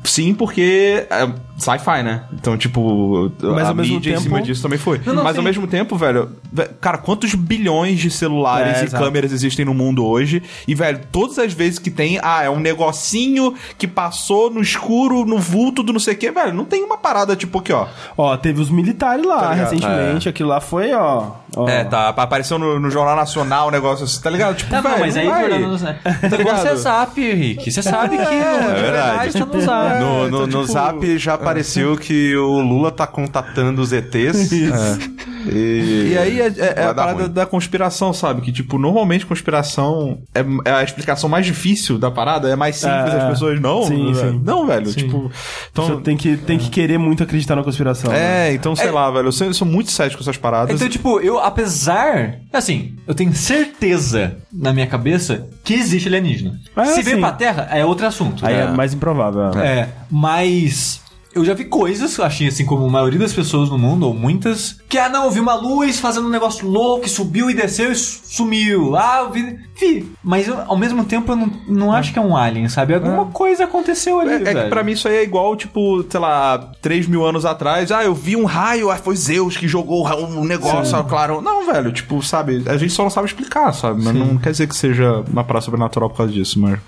D: Sim, porque é sci-fi, né? Então, tipo,
B: Mas
D: a
B: ao mesmo
D: mídia em cima
B: tempo-
D: disso também foi.
C: Não, não,
D: Mas ao
C: sim.
D: mesmo tempo, velho, ve- cara, quantos bilhões de celulares
B: É,
D: e
B: exato.
D: câmeras existem no mundo hoje? E, velho, todas as vezes que tem, ah, é um negocinho que passou no escuro, no vulto do não sei o quê, velho, não tem uma parada tipo aqui, ó.
B: Ó, teve os militares lá
D: Tá ligado?
B: recentemente, aquilo lá foi, ó. ó.
D: É, tá, apareceu no, no Jornal Nacional o negócio assim, tá ligado? Tipo,
C: Tá bom,
D: velho,
C: mas aí
D: não vai.
C: Fernando, né? Então, igual
D: Tá ligado?
C: você sabe, Rick. Você sabe que no é
A: verdade.
C: verdade tá no zap.
A: No, no,
D: então,
A: no
D: tipo,
A: zap já apareceu que o Lula tá contatando os ETs. É. E,
D: E aí é, é- é
A: Vai
D: a
A: dar
D: parada
A: ruim.
D: da conspiração, sabe? Que, tipo, normalmente conspiração é, é a explicação mais difícil da parada, é mais simples,
B: É,
D: as pessoas não.
B: sim,
D: velho.
B: sim.
D: Não, velho. Tipo,
B: Você
D: então.
B: tem que, tem que querer muito acreditar na conspiração. né?
D: É, então sei lá, velho. Eu, sempre sou muito cético com essas paradas.
C: Então, tipo, eu, apesar. Assim, eu tenho certeza na minha cabeça que existe alienígena.
B: Ah,
C: Se vem
B: sim.
C: pra terra, é outro assunto.
B: Aí é,
C: é.
B: mais improvável. é.
C: É, mas. Eu já vi coisas, eu achei assim, como a maioria das pessoas no mundo, ou muitas, que, ah, não, eu vi uma luz fazendo um negócio louco, e subiu e desceu e su- sumiu. Ah, eu vi. Vi, mas eu, ao mesmo tempo eu não, não acho que é um alien, sabe? Alguma coisa aconteceu ali.
D: É, é que
C: velho.
D: pra mim isso aí é igual, tipo, sei lá, 3 mil anos atrás. Ah, eu vi um raio, ah, foi Zeus que jogou o ra- um negócio, ah, claro. Não, velho, tipo, sabe, a gente só não sabe explicar, sabe? Mas não quer dizer que seja uma parada sobrenatural por causa disso, mas.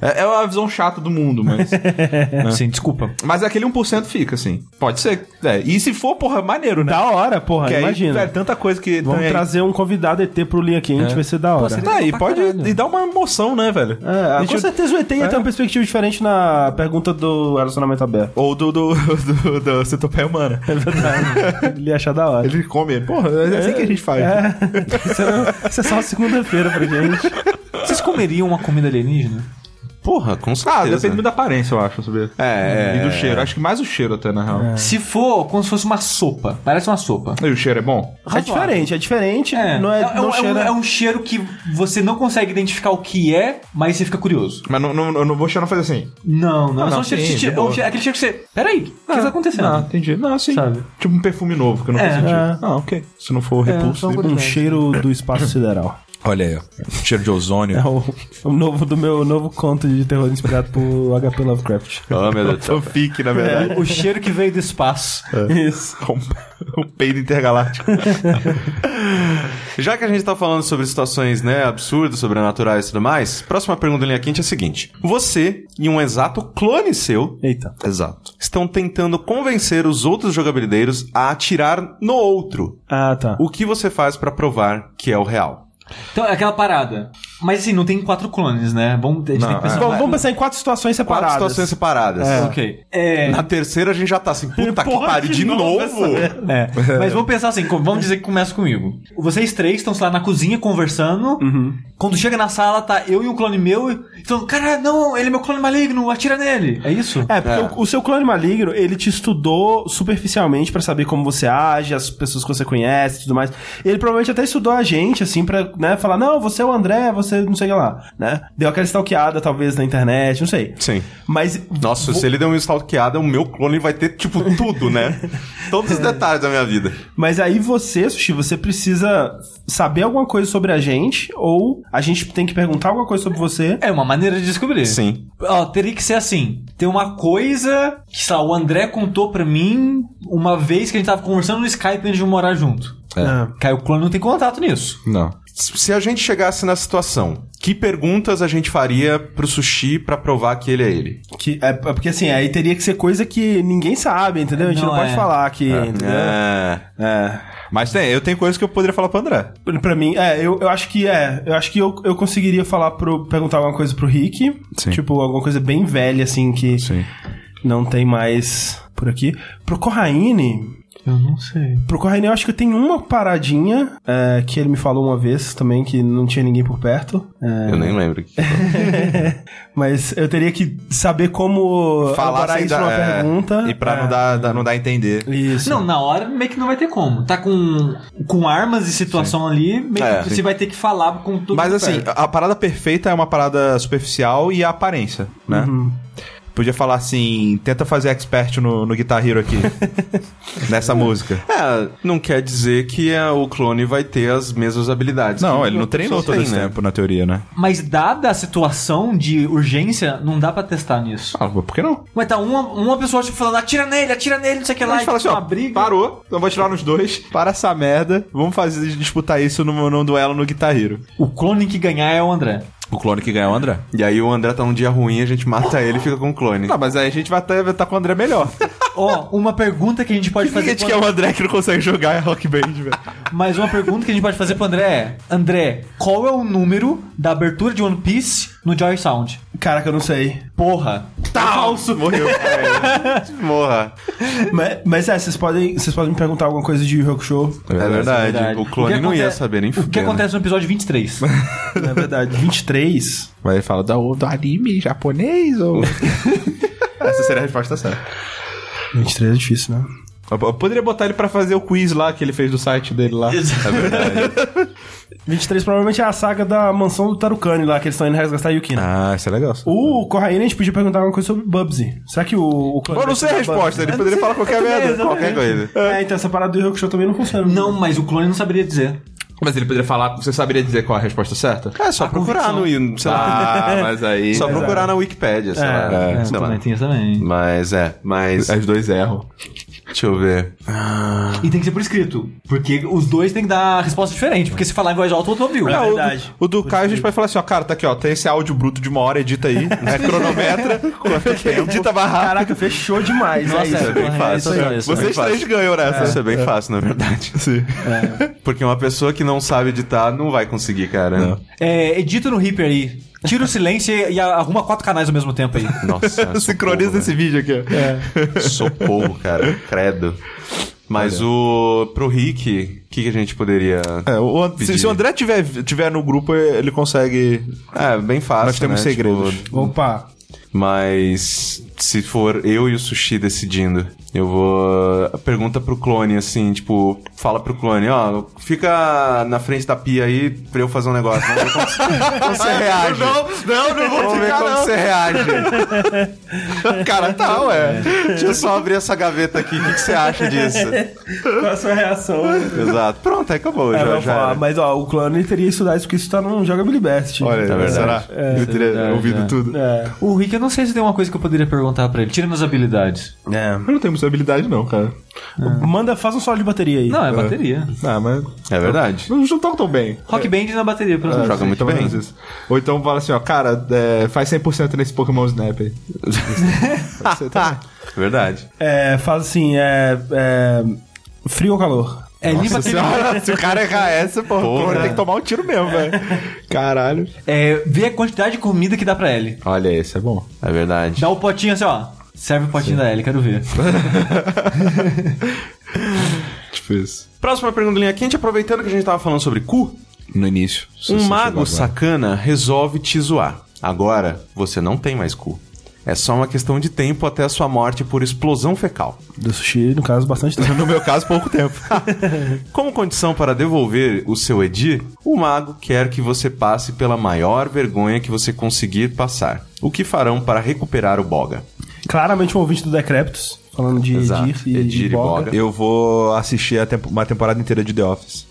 D: É, é uma visão chata do mundo, mas.
C: Sim, desculpa.
D: Mas aquele 1% fica, assim. Pode ser. É, E se for, porra, maneiro, né?
B: Da hora, porra,
D: Porque aí,
B: imagina.
D: velho, tanta coisa que
B: Vamos
D: tem aí.
B: trazer um convidado ET pro Linha Quente, vai ser da hora.
C: seria-
D: Tá, e
C: pra
D: pode.
C: caralho.
D: E dá uma emoção, né, velho?
B: É,
D: Gente,
B: com
D: eu-
B: certeza o ET ia ter uma perspectiva diferente na pergunta do relacionamento aberto.
D: Ou do, do, do, do centopeia humana.
B: É verdade. Ele ia achar da hora.
D: Ele come. Porra, é assim que a gente faz.
B: É. Isso é- Isso é só segunda-feira pra gente.
C: Vocês comeriam uma comida alienígena?
A: Porra, com
D: Ah,
A: certeza.
D: depende muito da aparência, eu acho, sabia?
A: É,
D: E
A: é.
D: do cheiro. Acho que mais o cheiro, até, na real.
C: Se for como se fosse uma sopa, parece uma sopa.
D: E o cheiro é bom?
B: É diferente, é diferente. Não é.
C: um-
B: não
C: um-
B: cheira-
C: é um cheiro que você não consegue identificar o que é, mas você fica curioso.
D: Mas não, não, eu não vou cheirar fazer assim.
C: Não, não, é só
D: não,
C: um cheiro,
D: sim,
C: que te-
D: de
C: é um
D: boa.
C: cheiro- aquele cheiro que você. Peraí, o que tá acontecendo?
D: Ah, entendi. Não, assim.
C: Sabe?
D: Tipo um perfume novo, que eu não
C: É.
D: consegui.
B: É.
D: Ah, ok. Se não for repulso. né?
C: só um
D: daí-
B: Um cheiro do espaço sideral.
D: Olha aí, ó. Cheiro de ozônio.
B: É o, o novo do meu novo conto de terror inspirado por HP Lovecraft.
A: Oh, meu Deus do céu.
D: Fanfic, um na verdade.
C: O cheiro que veio do espaço.
B: Isso.
D: Um, um peido intergaláctico.
A: Já que a gente tá falando sobre situações, né, absurdas, sobrenaturais e tudo mais, próxima pergunta do linha quente é a seguinte: Você e um exato clone seu
B: Eita.
A: Exato. Estão tentando convencer os outros jogabilideiros a atirar no outro.
B: Ah, tá.
A: O que você faz pra provar que é o real?
C: Então, é aquela parada. Mas assim, não tem quatro clones, né? Vamos, a gente tem que pensar.
B: Bom, vamos pensar em quatro situações
A: Quatro
B: separadas.
A: situações separadas.
C: Ok. É,
A: Na terceira a gente já tá assim, puta que
B: Porra,
A: pariu,
B: de
A: de
B: novo
A: novo?
B: essa-
C: é. Mas vamos pensar assim, como- vamos dizer que começa comigo. Vocês três estão, sei lá, na cozinha conversando.
B: Uhum.
C: Quando chega na sala, tá eu e um clone meu. E falando, cara, não, ele é meu clone maligno, atira nele. É isso?
B: É, porque O, o seu clone maligno, ele te estudou superficialmente pra saber como você age, as pessoas que você conhece e tudo mais. Ele provavelmente até estudou a gente, assim, pra né, falar, não, você é o André, você não sei o que lá, né? Deu aquela stalkeada, talvez, na internet, não sei.
A: Sim.
B: Mas...
A: Nossa, se ele der um stalkeada, o meu clone vai ter, tipo, tudo, né? Todos os detalhes da minha vida.
B: Mas aí você, Sushi, você precisa saber alguma coisa sobre a gente, ou a gente tem que perguntar alguma coisa sobre você.
C: É uma maneira de descobrir.
A: Sim.
C: Ó, teria que ser assim. Tem uma coisa que, sei lá, o André contou pra mim uma vez que a gente tava conversando no Skype antes de morar junto.
D: É.
B: Ah,
C: Caiu o clone não tem contato nisso.
D: Não.
A: Se a gente chegasse na situação, que perguntas a gente faria pro sushi pra provar que ele é ele?
B: que, é, é porque assim, aí teria que ser coisa que ninguém sabe, entendeu? A gente não,
C: Não,
B: pode
C: é.
B: falar aqui, entendeu?
A: É.
B: É.
D: Mas tem, eu tenho coisas que eu poderia falar pro André.
B: Pra mim, é, eu, eu acho que é. Eu acho que eu, eu conseguiria falar pro. perguntar alguma coisa pro Rick.
D: Sim.
B: Tipo, alguma coisa bem velha, assim, que
D: Sim.
B: não tem mais por aqui. Pro Corraine.
C: Eu não sei.
B: Pro Corraine, eu acho que eu tenho uma paradinha é, que ele me falou uma vez também, que não tinha ninguém por perto. É,
A: Eu nem lembro.
B: mas eu teria que saber como elaborar
D: sem
B: isso
D: dar-
B: numa
D: é,
B: pergunta.
D: E pra
B: É.
D: não, dar, dar- não dar a entender.
B: Isso.
C: Assim, Não, na hora meio que não vai ter como. Tá com, com armas e situação ali, meio
A: É,
C: que
A: sim.
C: você vai ter que falar com tudo.
D: Mas assim,
C: perto.
D: a a parada perfeita é uma parada superficial e a aparência, né? Podia falar assim, tenta fazer expert no, no Guitar Hero aqui. nessa música.
A: É, não quer dizer que ah, o clone vai ter as mesmas habilidades.
D: Não,
A: que
D: ele não
A: outras
D: treinou todo
A: pessoas
D: esse
A: têm, né?
D: tempo, na teoria, né?
C: Mas dada a situação de urgência, não dá pra testar nisso.
D: Ah, por que não?
C: Mas tá uma, uma pessoa tipo, falando, atira nele, atira nele, não sei o que
D: A
C: lá,
D: gente
C: e tipo,
D: fala assim,
C: uma
D: ó,
C: briga.
D: parou, eu vou tirar nos dois, para essa merda, vamos fazer, disputar isso num, num duelo no Guitar Hero.
C: O clone que ganhar é o André.
D: O clone que ganhou o André.
A: E aí o André tá num dia ruim, a gente mata ele e fica com o clone.
D: Não, mas aí a gente vai estar com o André melhor.
C: Ó, uma pergunta que a gente pode
D: Por que a
C: fazer
D: gente
C: pro
D: quer
C: André.
D: o André que não consegue jogar é Rock Band, velho?
C: Mas uma pergunta que a gente pode fazer pro André é: André, qual é o número da abertura de One Piece no Joy Sound?
B: Caraca, eu não sei.
C: Porra!
D: Tá Falso! Morreu.
A: É, Morra.
B: mas, mas é, vocês podem, vocês podem me perguntar alguma coisa de Rock Show.
A: É verdade. O clone
C: que
A: não ia
C: aconte-
A: saber nem né?
C: O que
A: fudendo.
C: acontece no episódio 23?
B: Na É verdade, 23.
D: Mas ele fala do, do anime japonês ou... Essa seria a resposta certa.
B: 23 é difícil, né?
D: Eu eu poderia botar ele pra fazer o quiz lá que ele fez do site dele lá. É verdade.
B: 23 provavelmente é a saga da mansão do Tarucani lá, que eles estão indo resgatar a Yukina.
D: ah, isso é legal.
B: O Corraine a gente podia perguntar alguma coisa sobre Bubsy. Será que o. o clone
D: Eu não
B: vai
D: sei a
B: ser da
D: resposta, ele poderia falar qualquer merda.
A: Qualquer coisa.
B: Bubsy? É, então essa parada do Rock Show também não funciona.
C: não, mas o clone não saberia dizer.
D: Mas ele poderia falar, você saberia dizer qual é a resposta certa?
A: É só procurar no. Sei lá.
D: Ah, mas aí.
A: só procurar na Wikipédia, sei lá.
D: é,
A: sei lá.
C: também tem isso também.
A: Mas é, mas.
D: As dois erram.
A: Deixa eu ver.
C: E tem que ser por escrito. Porque os dois têm que dar resposta diferente. Porque se falar em voz alta, o outro ouviu.
B: É,
D: o,
B: verdade.
D: o do Caio a gente vai falar assim, ó, cara, tá aqui, ó, tem esse áudio bruto de uma hora, edita aí, né, cronometra, edita barra.
B: Caraca, fechou demais.
C: Nossa,
B: é isso.
C: é bem fácil,
A: né?
B: isso aí.
C: é isso.
D: Vocês
A: fácil.
D: três ganham nessa.
A: Isso é bem fácil, na verdade. assim. Porque uma pessoa que não sabe editar não vai conseguir, cara.
C: É, edita no Reaper aí. Tira o silêncio e e arruma quatro canais ao mesmo tempo aí.
A: Nossa.
D: Sincroniza esse vídeo aqui, ó.
A: esse. Socorro, cara. Credo. Mas o. Pro Rick, o que, que a gente poderia.
D: É, o And- se,
A: Pedir.
D: se o André tiver, tiver no grupo, ele consegue.
A: É, bem fácil.
D: Nós temos
A: né?
D: segredos.
A: Tipo,
B: Opa.
A: Mas se for eu e o Sushi decidindo, eu vou. Pergunta pro clone, assim, tipo, fala pro clone, ó, fica na frente da pia aí pra eu fazer um negócio. Vamos ver como você- como você reage.
D: Não, não, não vou
A: Vamos ver como você reage. Então, é.
D: Cara, tá, ué.
A: Deixa eu só abrir essa gaveta aqui, o que, que você acha disso?
B: Qual a sua reação?
A: Exato. Pronto, aí acabou.
B: É,
A: já,
B: vai
A: já
B: falar,
A: era.
B: mas ó, o clone teria estudado isso porque isso tá num Jogability Best.
D: Olha,
A: É verdade.
D: será? ele teria ouvido tudo.
B: É.
C: O Rick, eu não sei se tem uma coisa que eu poderia perguntar pra ele. Tira nas habilidades.
D: É, Eu não tenho muita habilidade, não, cara.
B: Manda, faz um solo de bateria aí.
C: Não, é bateria.
D: Ah, mas.
A: É verdade.
D: Não, não tão tão bem.
C: Rock Band na bateria,
D: É,
C: pelo menos.
A: joga muito
D: Pelo
A: bem.
D: menos isso. Ou então fala assim, ó, cara, é, faz 100% nesse Pokémon Snap aí. Você tá-
A: Verdade.
B: É, faz assim, é. é, frio ou calor?
C: É, limpa
D: Nossa
C: a TV.
D: senhora, se o cara errar essa, porra, o Clone tem que tomar um tiro mesmo, velho. Caralho.
C: É, vê a quantidade de comida que dá pra ele.
D: Olha, esse é bom.
A: É verdade.
C: Dá o potinho assim, ó. Serve o potinho da Ellie, quero ver.
D: Tipo isso.
A: Próxima pergunta linha quente, aproveitando que a gente tava falando sobre cu,
D: No início. se
A: Um
D: você
A: mago
D: chegou agora.
A: sacana resolve te zoar. Agora, você não tem mais cu. É só uma questão de tempo até a sua morte por explosão fecal.
B: Do sushi, no caso, bastante tempo.
D: No meu caso, pouco tempo.
A: Como condição para devolver o seu Edi, o mago quer que você passe pela maior vergonha que você conseguir passar. O que farão para recuperar o Boga?
B: Claramente um ouvinte do Decreptus, falando de
A: Exato.
B: Edir e,
A: Edir
B: Edir
A: e Boga.
D: Eu vou assistir a tempo- uma temporada inteira de The Office.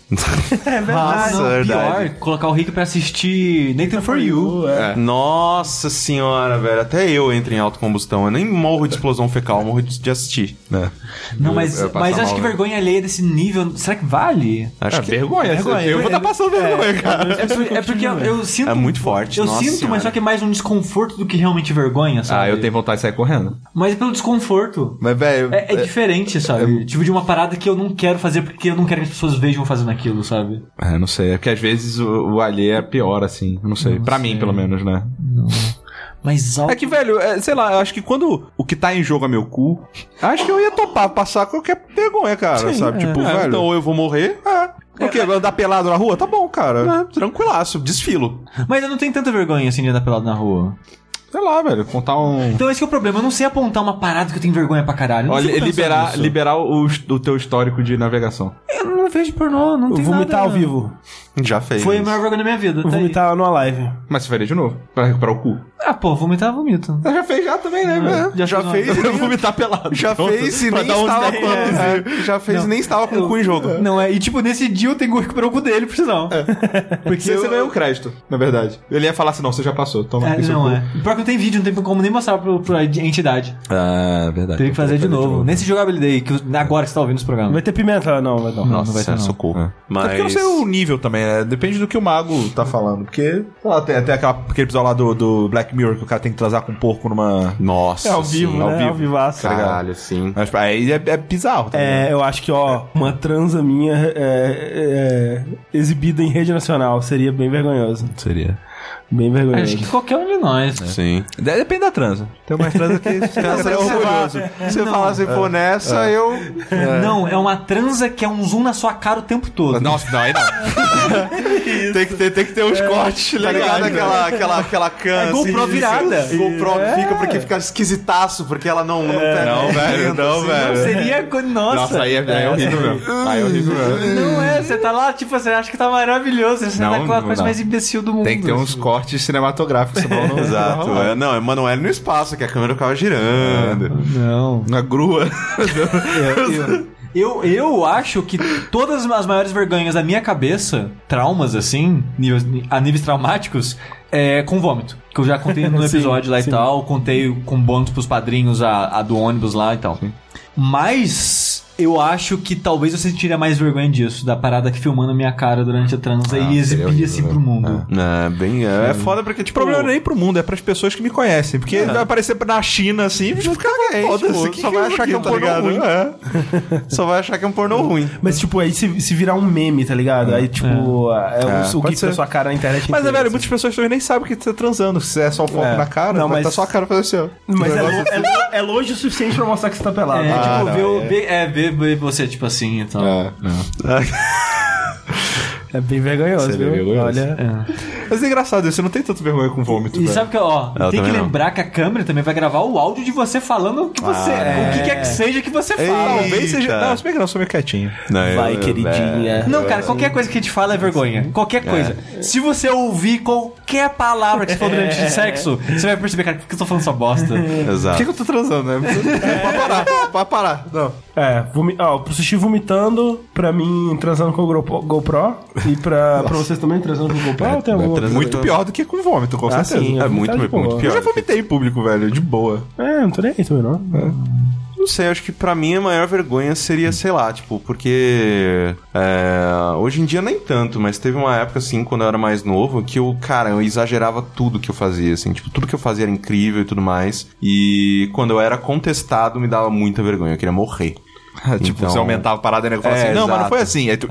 B: É
C: Nossa,
B: verdade.
A: é verdade.
C: Ah,
A: É.
C: pior, colocar o Rick pra assistir Nathan For You.
B: é.
D: É.
A: Nossa senhora, velho. Até eu entro em autocombustão. Eu nem morro de explosão fecal, eu morro de de assistir.
D: Né?
C: Não, mas,
D: Eu ia passar
C: mas acho
D: mal,
C: que
D: né?
C: vergonha alheia desse nível. Será que vale?
A: Acho
D: É
A: que
D: vergonha.
B: tá
D: Eu vou estar passando vergonha, cara.
C: É, por- é porque eu, eu sinto.
A: É muito forte,
C: Eu
A: nossa
C: sinto,
A: senhora. Ah,
C: mas só que é mais um desconforto do que realmente vergonha, sabe?
D: vontade de sair correndo.
C: Mas é pelo desconforto.
D: Mas, velho.
C: É, é diferente,
A: É,
C: sabe? Tipo de uma parada que eu não quero fazer porque eu não quero que as pessoas vejam fazendo aquilo, sabe?
D: É, não sei. É porque às vezes o, o alheio é pior, assim. Eu Não sei. pra mim, pelo menos, né?
C: Mas
D: É
C: alto.
D: que, velho, é, sei lá, eu acho que quando o que tá em jogo é meu cu, acho que eu ia topar passar qualquer vergonha, cara, sabe? Tipo,
A: É,
D: velho.
A: então ou eu vou morrer,
D: É. O quê? Vai Andar pelado na rua? Tá bom, cara.
A: ah, tranquilaço, desfilo.
C: Mas eu não tenho tanta vergonha assim de andar pelado na rua.
D: Sei lá, velho. Contar um.
C: Então esse que é o problema. Eu não sei apontar uma parada que eu tenho vergonha pra caralho. Eu não
D: Olha,
C: fico pensando
D: liberar,
C: nisso.
D: liberar o, o teu histórico de navegação.
C: Eu não
F: não vejo pornô, não tem
B: vomitar
F: nada.
B: ao vivo.
A: Já fez.
C: Foi a maior vergonha da minha vida. tá aí.
B: Vomitar numa live.
D: Mas você faria de novo, pra recuperar o cu.
C: Ah, pô, vomitar, vomito.
D: Ela já fez já também, né? velho?
A: Já,
C: fiz uma-
A: fez e
D: Eu
A: nem,
D: vomitar pelado.
A: já
D: Pronto.
A: fez e
D: Pra
A: nem
D: dar uns
A: estava
D: dez.
A: com é, Já fez e nem estava com o cu em jogo. É.
C: Não, é. E tipo, nesse dia eu tenho que recuperar o cu dele, por sinal.
D: Porque você ganhou o crédito, na verdade. Ele ia falar assim, não, você já passou, toma
C: É,
D: aqui seu
C: não
D: cu.
C: é. Pior que não tem vídeo, não tem como nem mostrar pro, pra entidade.
A: Ah, verdade.
C: Teria que fazer de novo. Nesse jogabilidade aí, que agora que você tá ouvindo esse programa.
B: Vai ter pimenta? Não, vai não.
A: Nossa, é
C: vai ter, não.
A: socorro.
D: Tá. Mas... É. porque eu não sei o nível também, né? Depende do que o mago tá falando. Porque, sei lá, tem até aquela- aquele episódio lá do, do Black Mirror que o cara tem que transar com um porco numa.
A: Nossa.
D: É ao vivo,
A: sim,
D: né?
A: ao Tá
B: É, ao vivaço.
D: Cara.
A: Caralho, sim.
D: Mas aí é, é bizarro. Tá ligado?
B: É, eu acho que, ó, uma transa minha é, é, exibida em rede nacional seria bem vergonhoso.
A: Seria.
B: Bem vergonhoso.
C: Acho que qualquer um de nós, né?
A: Sim.
D: De- Depende da transa. Tem umas transa que
A: Você,
D: é orgulhoso.
A: fala assim,
D: é.
A: pô, nessa eu.
C: Não, é uma transa que é um zoom na sua cara o tempo todo.
D: Nossa, não, aí não. tem, que ter, tem que ter um uns cortes,
A: Tá ligado aquela, aquela, aquela cana.
C: É GoPro
A: assim,
C: virada.
A: que- GoPro fica porque fica esquisitaço, porque ela não. Não, pega
D: É. Não, velho,
A: vento,
D: não,
A: assim.
D: velho.
C: Seria. Nossa.
D: Nossa, aí é, aí é horrível mesmo. Aí é horrível mesmo.
C: Não é, você tá lá, tipo, você acha que tá maravilhoso, você
D: Não,
C: tá com a
D: não
C: coisa
D: dá.
C: mais imbecil do mundo.
D: Tem que ter uns
C: assim.
D: cortes cinematográficos, senão não
A: Exato. É, não, é Manoel no espaço, que a câmera ficava girando.
C: Não.
D: Na grua.
C: Eu, eu acho que todas as maiores vergonhas da minha cabeça, traumas assim, níveis, a níveis traumáticos, é com vômito. Que eu já contei no
B: Sim,
C: episódio lá
B: sim.
C: e tal, contei com bônus pros padrinhos a, a do ônibus lá e tal. Mas eu acho que talvez eu sentiria mais vergonha disso, da parada que filmando a minha cara durante a
B: Ah,
C: transa e exibir
B: né?
C: assim pro mundo.
A: É, bem. É, é foda porque,
D: O
A: tipo.
D: problema não é nem pro mundo, é pras pessoas que me conhecem. Porque vai aparecer na China assim, É. tipo, cara, foda-se.
A: tipo,
D: que
A: só vai achar que é um pornô ruim. Só vai achar que é um pornô ruim.
B: Mas, tipo, aí se, se virar um meme, tá ligado? Aí, tipo, é, o- o
D: pode
B: que da
D: ser.
B: sua cara na internet
D: Mas, é,
B: inteira,
D: velho,
B: assim.
D: muitas pessoas também nem sabem que tá transando. Se é só o foco
B: É.
D: na cara,
B: Não,
D: não,
B: mas-
D: mas tá só a cara fazendo assim, ó.
B: Mas é,
D: Um
B: lo-
D: negócio
B: é lo- é longe o suficiente pra mostrar que você tá pelado.
C: É,
D: Ah,
C: tipo,
D: não,
C: ver, o-
D: é.
C: ver- é, ver- ver você, tipo assim e tal.
D: É.
B: É bem vergonhoso,
D: Seria
B: viu?
D: vergonhoso.
B: Olha.
D: Mas é engraçado isso, você não tem tanto vergonha com vômito,
C: E
D: velho.
C: sabe que, ó,
A: Eu
C: tem que
A: também não.
C: lembrar que a câmera também vai gravar o áudio de você falando o que você. o que quer que seja que você fala.
A: Ei.
D: Talvez seja...
A: né? Eita.
D: Não, se bem que não, eu sou meio quietinho.
A: Não,
B: Vai,
A: eu-
B: queridinha.
C: Não, cara, qualquer coisa que a gente fala é vergonha. Qualquer coisa.
A: É.
C: Se você ouvir qualquer palavra que você falou durante o sexo, você vai perceber, cara, por que eu tô falando essa bosta?
A: é,
D: Por
A: Exato.
D: que, que eu tô transando, né? pra parar, pra parar. Não.
B: É, vomi ó, pro sushi vomitando, pra mim transando com o GoPro, GoPro, e pra, pra vocês também É, transando com o GoPro, ou tem algum outro?
D: Muito pior do que com vômito, com
B: Ah,
D: certeza.
B: sim,
A: É
B: vomitar
A: muito,
B: de
A: muito,
B: boa.
A: muito pior.
D: Assim, Eu já vomitei em público, velho, de boa.
B: É, não tô nem aí também, não.
A: Não sei, acho que pra mim a maior vergonha seria, sei lá, tipo, porque. é, hoje em dia nem tanto, mas teve uma época, assim, quando eu era mais novo, que eu, cara, eu exagerava tudo que eu fazia, assim, tipo, tudo que eu fazia era incrível e tudo mais. E quando eu era contestado, me dava muita vergonha, eu queria morrer.
D: tipo,
A: Então-
D: você aumentava a parada e o nego falava
A: É,
D: assim, não, mas não
A: exato.
D: foi assim. Aí tu...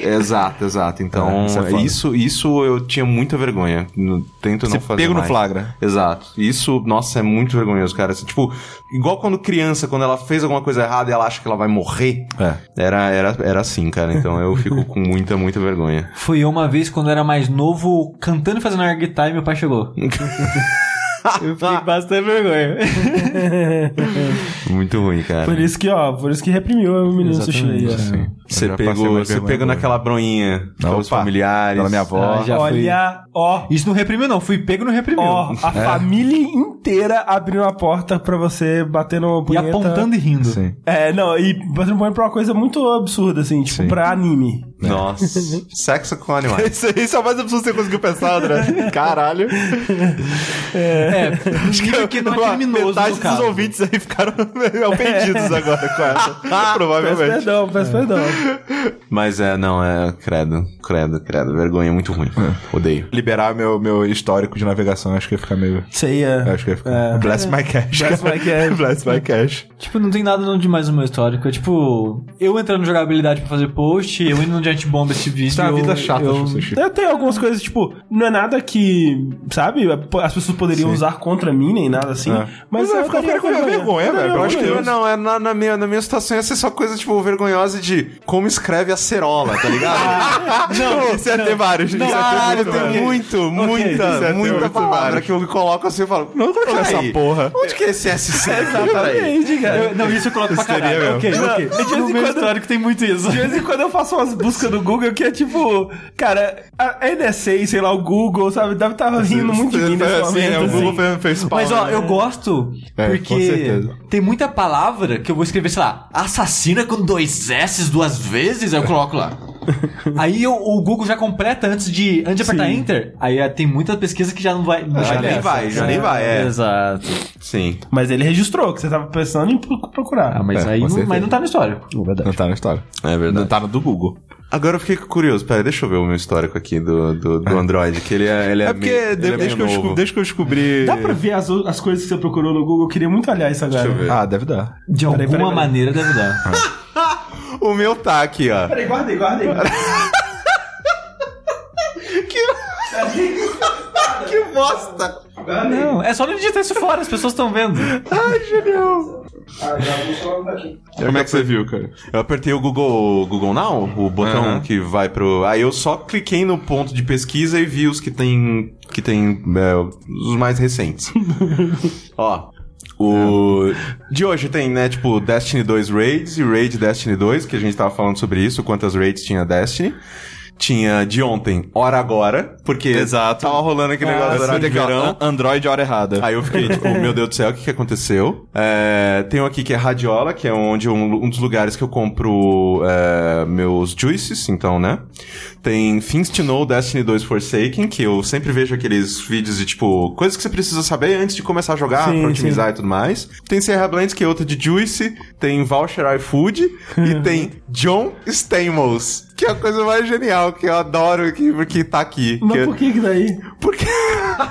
A: Exato, exato. Então,
D: É, isso é foda.
A: isso, isso eu tinha muita vergonha. N- Tento
D: Você
A: não fazer.
D: pego no
A: mais.
D: flagra.
A: Exato. Isso, nossa, é muito vergonhoso, cara. Assim, tipo, igual quando criança, quando ela fez alguma coisa errada e ela acha que ela vai morrer.
D: É.
A: Era, era, era assim, cara. Então eu fico com muita, muita vergonha.
C: Foi eu uma vez quando eu era mais novo, cantando e fazendo air guitar e meu pai chegou. Eu fiquei bastante vergonha.
A: Muito ruim, cara.
B: Por isso que, ó, por isso que reprimiu o menino do sushi. aí, ó.
A: Você
D: Eu já passei
A: pegou,
D: mais
A: você
D: vergonha
A: pegou
D: agora.
A: naquela bronhinha pelos
D: Opa.
A: familiares.
D: Pela minha avó.
C: Ah, já fui.
B: Olha, ó,
C: Isso não reprimiu, não. Fui pego e não reprimiu.
B: ó, a
C: É.
B: família inteira abrindo a porta pra você bater no
C: e
B: punheta.
C: apontando e rindo.
D: Sim.
B: É, não, e batendo punheta pra uma coisa muito absurda, assim, tipo,
D: Sim.
B: pra anime.
A: Nossa. Sexo com animais.
D: Isso, isso é o mais absurdo que você conseguiu pensar, André. Caralho.
C: É, nível que não é criminoso,
D: metade
C: no
D: dos
C: caso.
D: ouvintes aí ficaram meio ofendidos agora com essa.
B: Peço
D: provavelmente.
B: perdão, peço perdão.
A: Mas é, não, é. Credo, credo, credo. Vergonha é muito ruim. Odeio.
D: Liberar meu, meu histórico de navegação, acho que ia ficar meio...
B: Isso aí é.
D: Acho que ia ficar...
B: É.
D: Bless my cash.
B: Bless my cash.
D: Bless my cash.
C: Tipo, não tem nada não demais no meu histórico. É tipo, eu entrando no jogabilidade pra fazer post, eu indo no Giant Bomb esse vídeo.
D: Isso é uma
C: eu-
D: vida chata,
C: eu-
D: Sushi.
B: Eu tenho algumas coisas, tipo, não é nada que, sabe, as pessoas poderiam usar contra mim, nem nada assim. Mas
D: Mas eu
B: eu
D: ficaria
B: ficaria
A: É
D: com vergonha, velho,
B: Eu
D: pelo
B: acho que
D: amor de
A: Eu,
D: Deus.
A: não, é na, na minha, na minha situação ia ser só coisa, tipo, vergonhosa de como escreve a cerola, tá ligado?
D: Não, isso ia ter vários. isso ia ter
A: Caralho,
D: muito
A: tem
D: vários.
A: muito, muita,
D: Isso é
A: muita
D: muito
A: palavra
D: válios.
A: que eu coloco assim e falo, não
D: que é essa porra?
A: Onde que é esse SC? Peraí.
C: Eu- não, isso eu coloco pra
D: Histeria
C: caralho. Ok, ok. Tipo, No meu histórico tem muito isso.
B: De vez em quando eu faço umas buscas no Google que é tipo, cara, a NSA, sei lá, o Google, sabe? Deve estar rindo muito de mim nesse
D: Assim,
B: momento.
D: né, o
B: assim.
D: Google fez- fez spawn,
C: Mas ó,
D: né?
C: eu gosto
D: É, com
C: porque
D: certeza.
C: tem muita palavra que eu vou escrever, sei lá, assassina com dois S's duas vezes, aí eu coloco lá. aí eu- o Google já completa antes de, antes de apertar Enter. Aí é, tem muita pesquisa que já não vai.
A: Já
D: Ah,
A: nem vai, já nem vai, é.
C: Exato.
A: Sim.
B: Mas ele registrou que você tava pensando em pro- procurar.
C: Ah, mas
D: É,
C: aí
D: com
C: não,
D: certeza.
C: mas não tá na história.
D: Não tá na história.
A: É
D: Não
A: verdade.
D: tá no do Google.
A: Agora eu fiquei curioso. Peraí, deixa eu ver o meu histórico aqui do, do, do Android, que ele é ele É,
D: É porque
A: meio- ele
D: de-
A: é
D: desde,
A: meio
D: que eu desco-
A: novo.
D: desde que eu descobri.
B: Dá pra ver as, o- as coisas que você procurou no Google? Eu queria muito olhar isso agora.
A: Deixa eu ver.
D: Ah, deve dar.
C: De
B: Peraí,
C: alguma
B: peraí, peraí.
C: maneira deve dar.
A: O meu tá aqui, ó.
B: Peraí, guarda aí, guarda aí. guarda aí.
A: Que bosta!
C: não, é só não digitar isso fora, as pessoas estão vendo.
A: Como é que você viu, cara? Eu apertei o Google, Google Now, o botão
D: Aham.
A: que vai pro. Aí eu só cliquei no ponto de pesquisa e vi os que tem. que tem. é, os mais recentes. Ó. O. De hoje tem, né, tipo, Destiny 2 Raids e Raid Destiny 2, que a gente tava falando sobre isso, quantas raids tinha Destiny. Tinha de ontem, hora agora, porque
D: Exato.
A: tava rolando aquele negócio do horário de verão.
D: Android hora errada.
A: Aí eu fiquei, tipo, meu Deus do céu, o que, que aconteceu? É, tem um aqui que é Radiola, que é onde um, um dos lugares que eu compro é, meus juices, então, né? Tem Things to Know Destiny 2 Forsaken, que eu sempre vejo aqueles vídeos de, tipo, coisas que você precisa saber antes de começar a jogar,
B: Sim,
A: pra otimizar e tudo mais. Tem Serra Blends, que é outra de Juice, tem Voucher iFood e tem John Stamos, que é a coisa mais genial, que eu adoro que, que tá aqui. que
B: Mas
A: eu-
B: por que que daí?
A: porque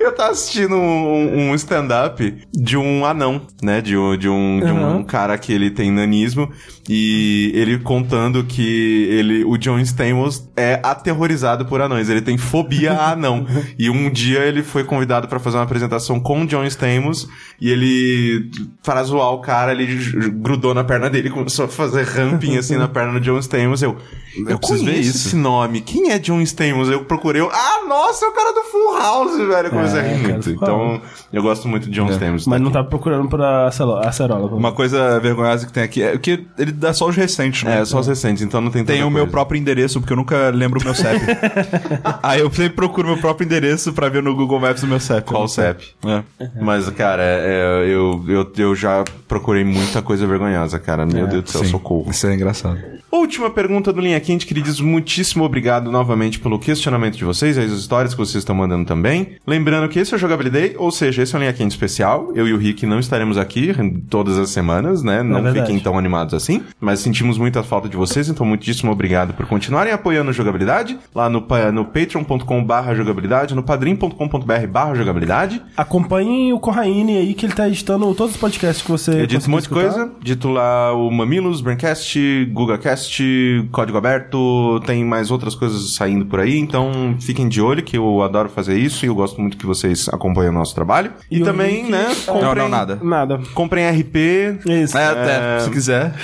A: eu tava assistindo um, um stand-up de um anão, né? De um, de, um, de um
B: Aham.
A: cara que ele tem nanismo e ele contando que ele, o John Stamos é aterrorizado por anões. Ele tem fobia a anão. E um dia ele foi convidado pra fazer uma apresentação com o John Stamos e ele, para zoar o cara, ele j- j- grudou na perna dele e começou a fazer ramping assim na perna do John Stamos. Eu, eu, preciso ver isso esse nome. Quem é John Stamos? Eu procurei. eu- Ah, nossa, é o cara do Full House, velho. Eu comecei a
B: É,
A: rir
B: cara,
A: muito.
B: do Full
A: Então, eu gosto muito de John Stamos. tá?
B: Mas não tá- tava procurando pra acelo- acerola.
D: Uma coisa vergonhosa que tem aqui é que ele dá só os recentes, né?
A: É, só os recentes, então não tem
D: Tem
A: tanta
D: o meu
A: coisa.
D: próprio endereço, porque eu nunca lembro o meu CEP. Aí eu sempre procuro meu próprio endereço pra ver no Google Maps o meu CEP.
A: Qual o CEP?
B: Uhum.
D: É.
A: Mas, cara, é, é, eu, eu, eu já procurei muita coisa vergonhosa, cara.
B: É,
A: Meu Deus do céu,
D: Sim.
A: socorro.
D: Isso é engraçado.
A: Última pergunta do Linha Quente, queridos. Muitíssimo obrigado novamente pelo questionamento de vocês, as histórias que vocês estão mandando também. Lembrando que esse é o Jogabilidade, ou seja, esse é o Linha Quente especial. Eu e o Rick não estaremos aqui todas as semanas, né? Não
B: verdade.
A: fiquem tão animados assim. Mas sentimos muita falta de vocês, então muitíssimo obrigado por continuarem apoiando o Jogabilidade. Lá no, pa- no patreon.com barra jogabilidade, no padrim.com.br barra jogabilidade.
B: Acompanhem o Corraine aí, que ele tá editando todos os podcasts que você.
A: Eu dito um
B: conseguiu
A: monte de
B: escutar.
A: coisa. Dito lá o Mamilos, Braincast, GugaCast, Código Aberto, tem mais outras coisas saindo por aí, então fiquem de olho que eu adoro fazer isso e eu gosto muito que vocês acompanhem o nosso trabalho. E,
B: E o
A: também,
B: link-
A: né,
B: Não,
A: comprem...
D: Não, não, nada.
B: Nada.
A: Comprem RP
B: É isso.
D: É, é, se quiser.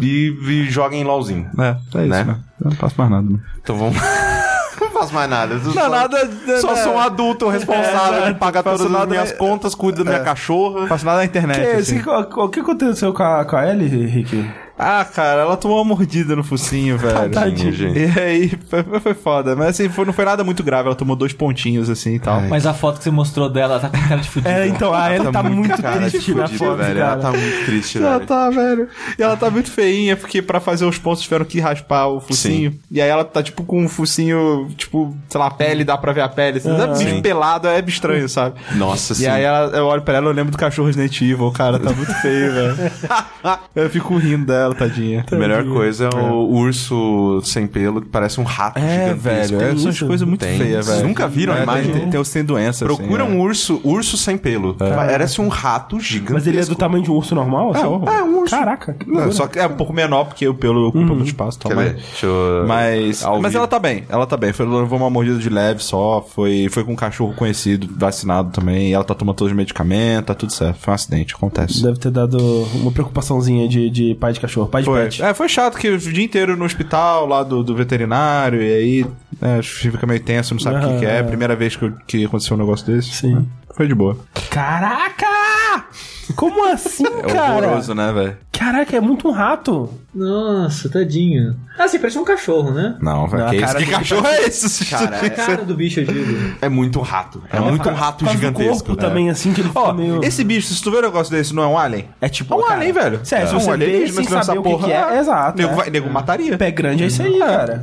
A: e, e joguem LOLzinho.
D: É, é isso.
A: Né?
D: né? Eu não faço mais nada. né?
A: Então vamos... não faço mais nada. Não,
D: nada.
A: Só É, sou um adulto responsável que paga
D: É, faço
A: todas as
D: nada,
A: minhas
D: né?
A: contas, cuida da minha
D: Não
A: cachorra.
D: faço nada na internet.
B: Que-
D: assim.
B: se- o- o que aconteceu com a, com a Ellie, Rick?
D: Ah, cara, ela tomou uma mordida no focinho, velho.
B: Tá
A: Tadinha, gente.
D: E aí, foi, foi foda. Mas assim, foi- não foi nada muito grave. Ela tomou dois pontinhos assim e
A: É.
D: tal.
C: Mas a foto que você mostrou dela ela tá com cara de fudido.
B: É, então, a Ellie tá muito
A: cara,
B: triste na
A: fudida,
B: foto,
A: é velho. Ela
B: cara.
A: tá muito triste,
D: Ela
A: velho.
D: tá, velho. E ela tá muito feinha, porque pra fazer os pontos tiveram que raspar o focinho. E aí ela tá, tipo, com um focinho, tipo, sei lá, a pele, dá pra ver a pele. Assim, é bicho
A: Sim.
D: pelado, é estranho, sabe?
A: Nossa,
D: E
A: sim.
D: aí ela- eu olho pra ela, eu lembro do cachorro Resident Evil, cara, tá muito feio, velho. eu fico rindo dela, tadinha.
A: A melhor coisa é o urso sem pelo que parece um rato gigantesco.
D: é, são as
B: isso?
D: coisas muito
A: Tem.
D: feias,
A: Vocês
D: velho.
A: nunca viram a
D: É,
A: imagem?
D: Tem, tem os sem doença,
A: Procura
D: assim,
A: um urso, urso sem pelo. Parece um rato gigantesco.
B: Mas ele é do tamanho de um urso normal? assim?
D: um-
B: é um urso. Caraca. que
D: é. Não,
B: loucura.
D: só que é um pouco menor, porque o pelo ocupa muito espaço. Então,
A: Quer ver?
D: mas
A: Deixa eu...
D: mas,
A: ao
D: mas
A: vivo.
D: ela tá bem, ela tá bem. Foi, levou uma mordida de leve só, foi, foi com um cachorro conhecido, vacinado também. e ela tá tomando todos os medicamentos, tá tudo certo. Foi um acidente, acontece.
B: Deve ter dado uma preocupaçãozinha de, de pai de cachorro, pai de
D: Foi.
B: pet.
D: É, foi chato que o dia inteiro no hospital, lá do, do veterinário, e aí né, fica meio tenso, não sabe o que, que é.
B: Ah.
D: Primeira vez que, eu- que aconteceu um negócio desse.
B: Sim.
D: Foi de boa.
B: Caraca! Como assim,
A: É
B: cara?
A: horroroso, né, velho?
B: Caraca, é muito um rato.
C: Nossa, tadinho. Ah, sim, parece um cachorro, né?
A: Não, velho.
B: Não,
A: que
B: a
A: isso?
B: cara
A: Que
B: do-
A: cachorro é esse? Cara,
C: A cara do bicho, eu digo.
A: é muito um rato. É, muito um rato
B: Faz o
A: gigantesco.
B: corpo
A: É.
B: também, assim, que ele fica
D: Ó,
B: meio...
D: esse bicho, se tu vê um negócio desse, não é um alien?
B: É tipo...
D: É um
B: cara,
D: alien, velho.
B: Sério,
D: é
B: se
D: um
B: você
D: alien,
B: vê
D: mas
B: sem
D: essa
B: saber o que
D: porra,
B: que é,
D: é.
B: exato.
D: Nego,
B: é.
D: vai- nego mataria.
B: Pé grande é isso aí, cara.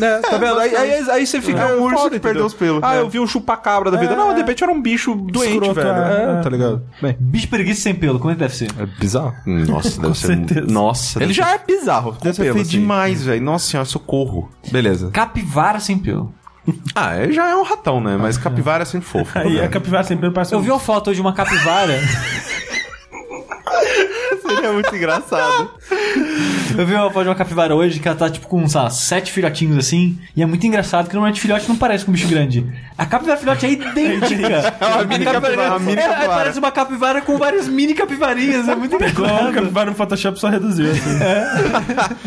B: É.
D: É, tá vendo? Aí, aí, aí você fica.
A: É um urso
D: foda,
A: que
D: entendeu?
A: perdeu os pelos.
D: Ah,
A: É.
D: eu vi um chupacabra da vida.
B: É.
D: Não, de repente era um bicho doente,
B: Escroto,
D: velho.
B: é,
D: É,
B: é.
D: tá ligado? Bem.
C: Bicho preguiça sem pelo, como é que deve ser?
D: É bizarro.
A: Nossa, deve ser.
B: certeza.
A: Nossa, deve
D: Ele já é bizarro, com
A: Deve ser
D: pelo,
A: feio
D: assim.
A: demais, velho. Nossa senhora, socorro.
D: Beleza.
C: Capivara sem pelo.
A: Ah, é, já é um ratão, né? Mas capivara é sempre fofo.
B: Aí
A: né?
B: a capivara sempre parece
C: Eu
B: um-
C: vi uma foto de uma capivara.
A: Seria é muito engraçado.
C: eu vi uma foto de uma capivara hoje que ela tá, tipo, com, sei lá, sete filhotinhos assim. E é muito engraçado que normalmente filhote não parece com um bicho grande. A capivara filhote é idêntica.
A: É uma mini capivara, uma mini
C: É,
A: capivara.
C: parece uma capivara com várias mini capivarinhas. É muito
B: Pegou a
C: engraçado.
B: capivara no Photoshop só reduziu. Assim.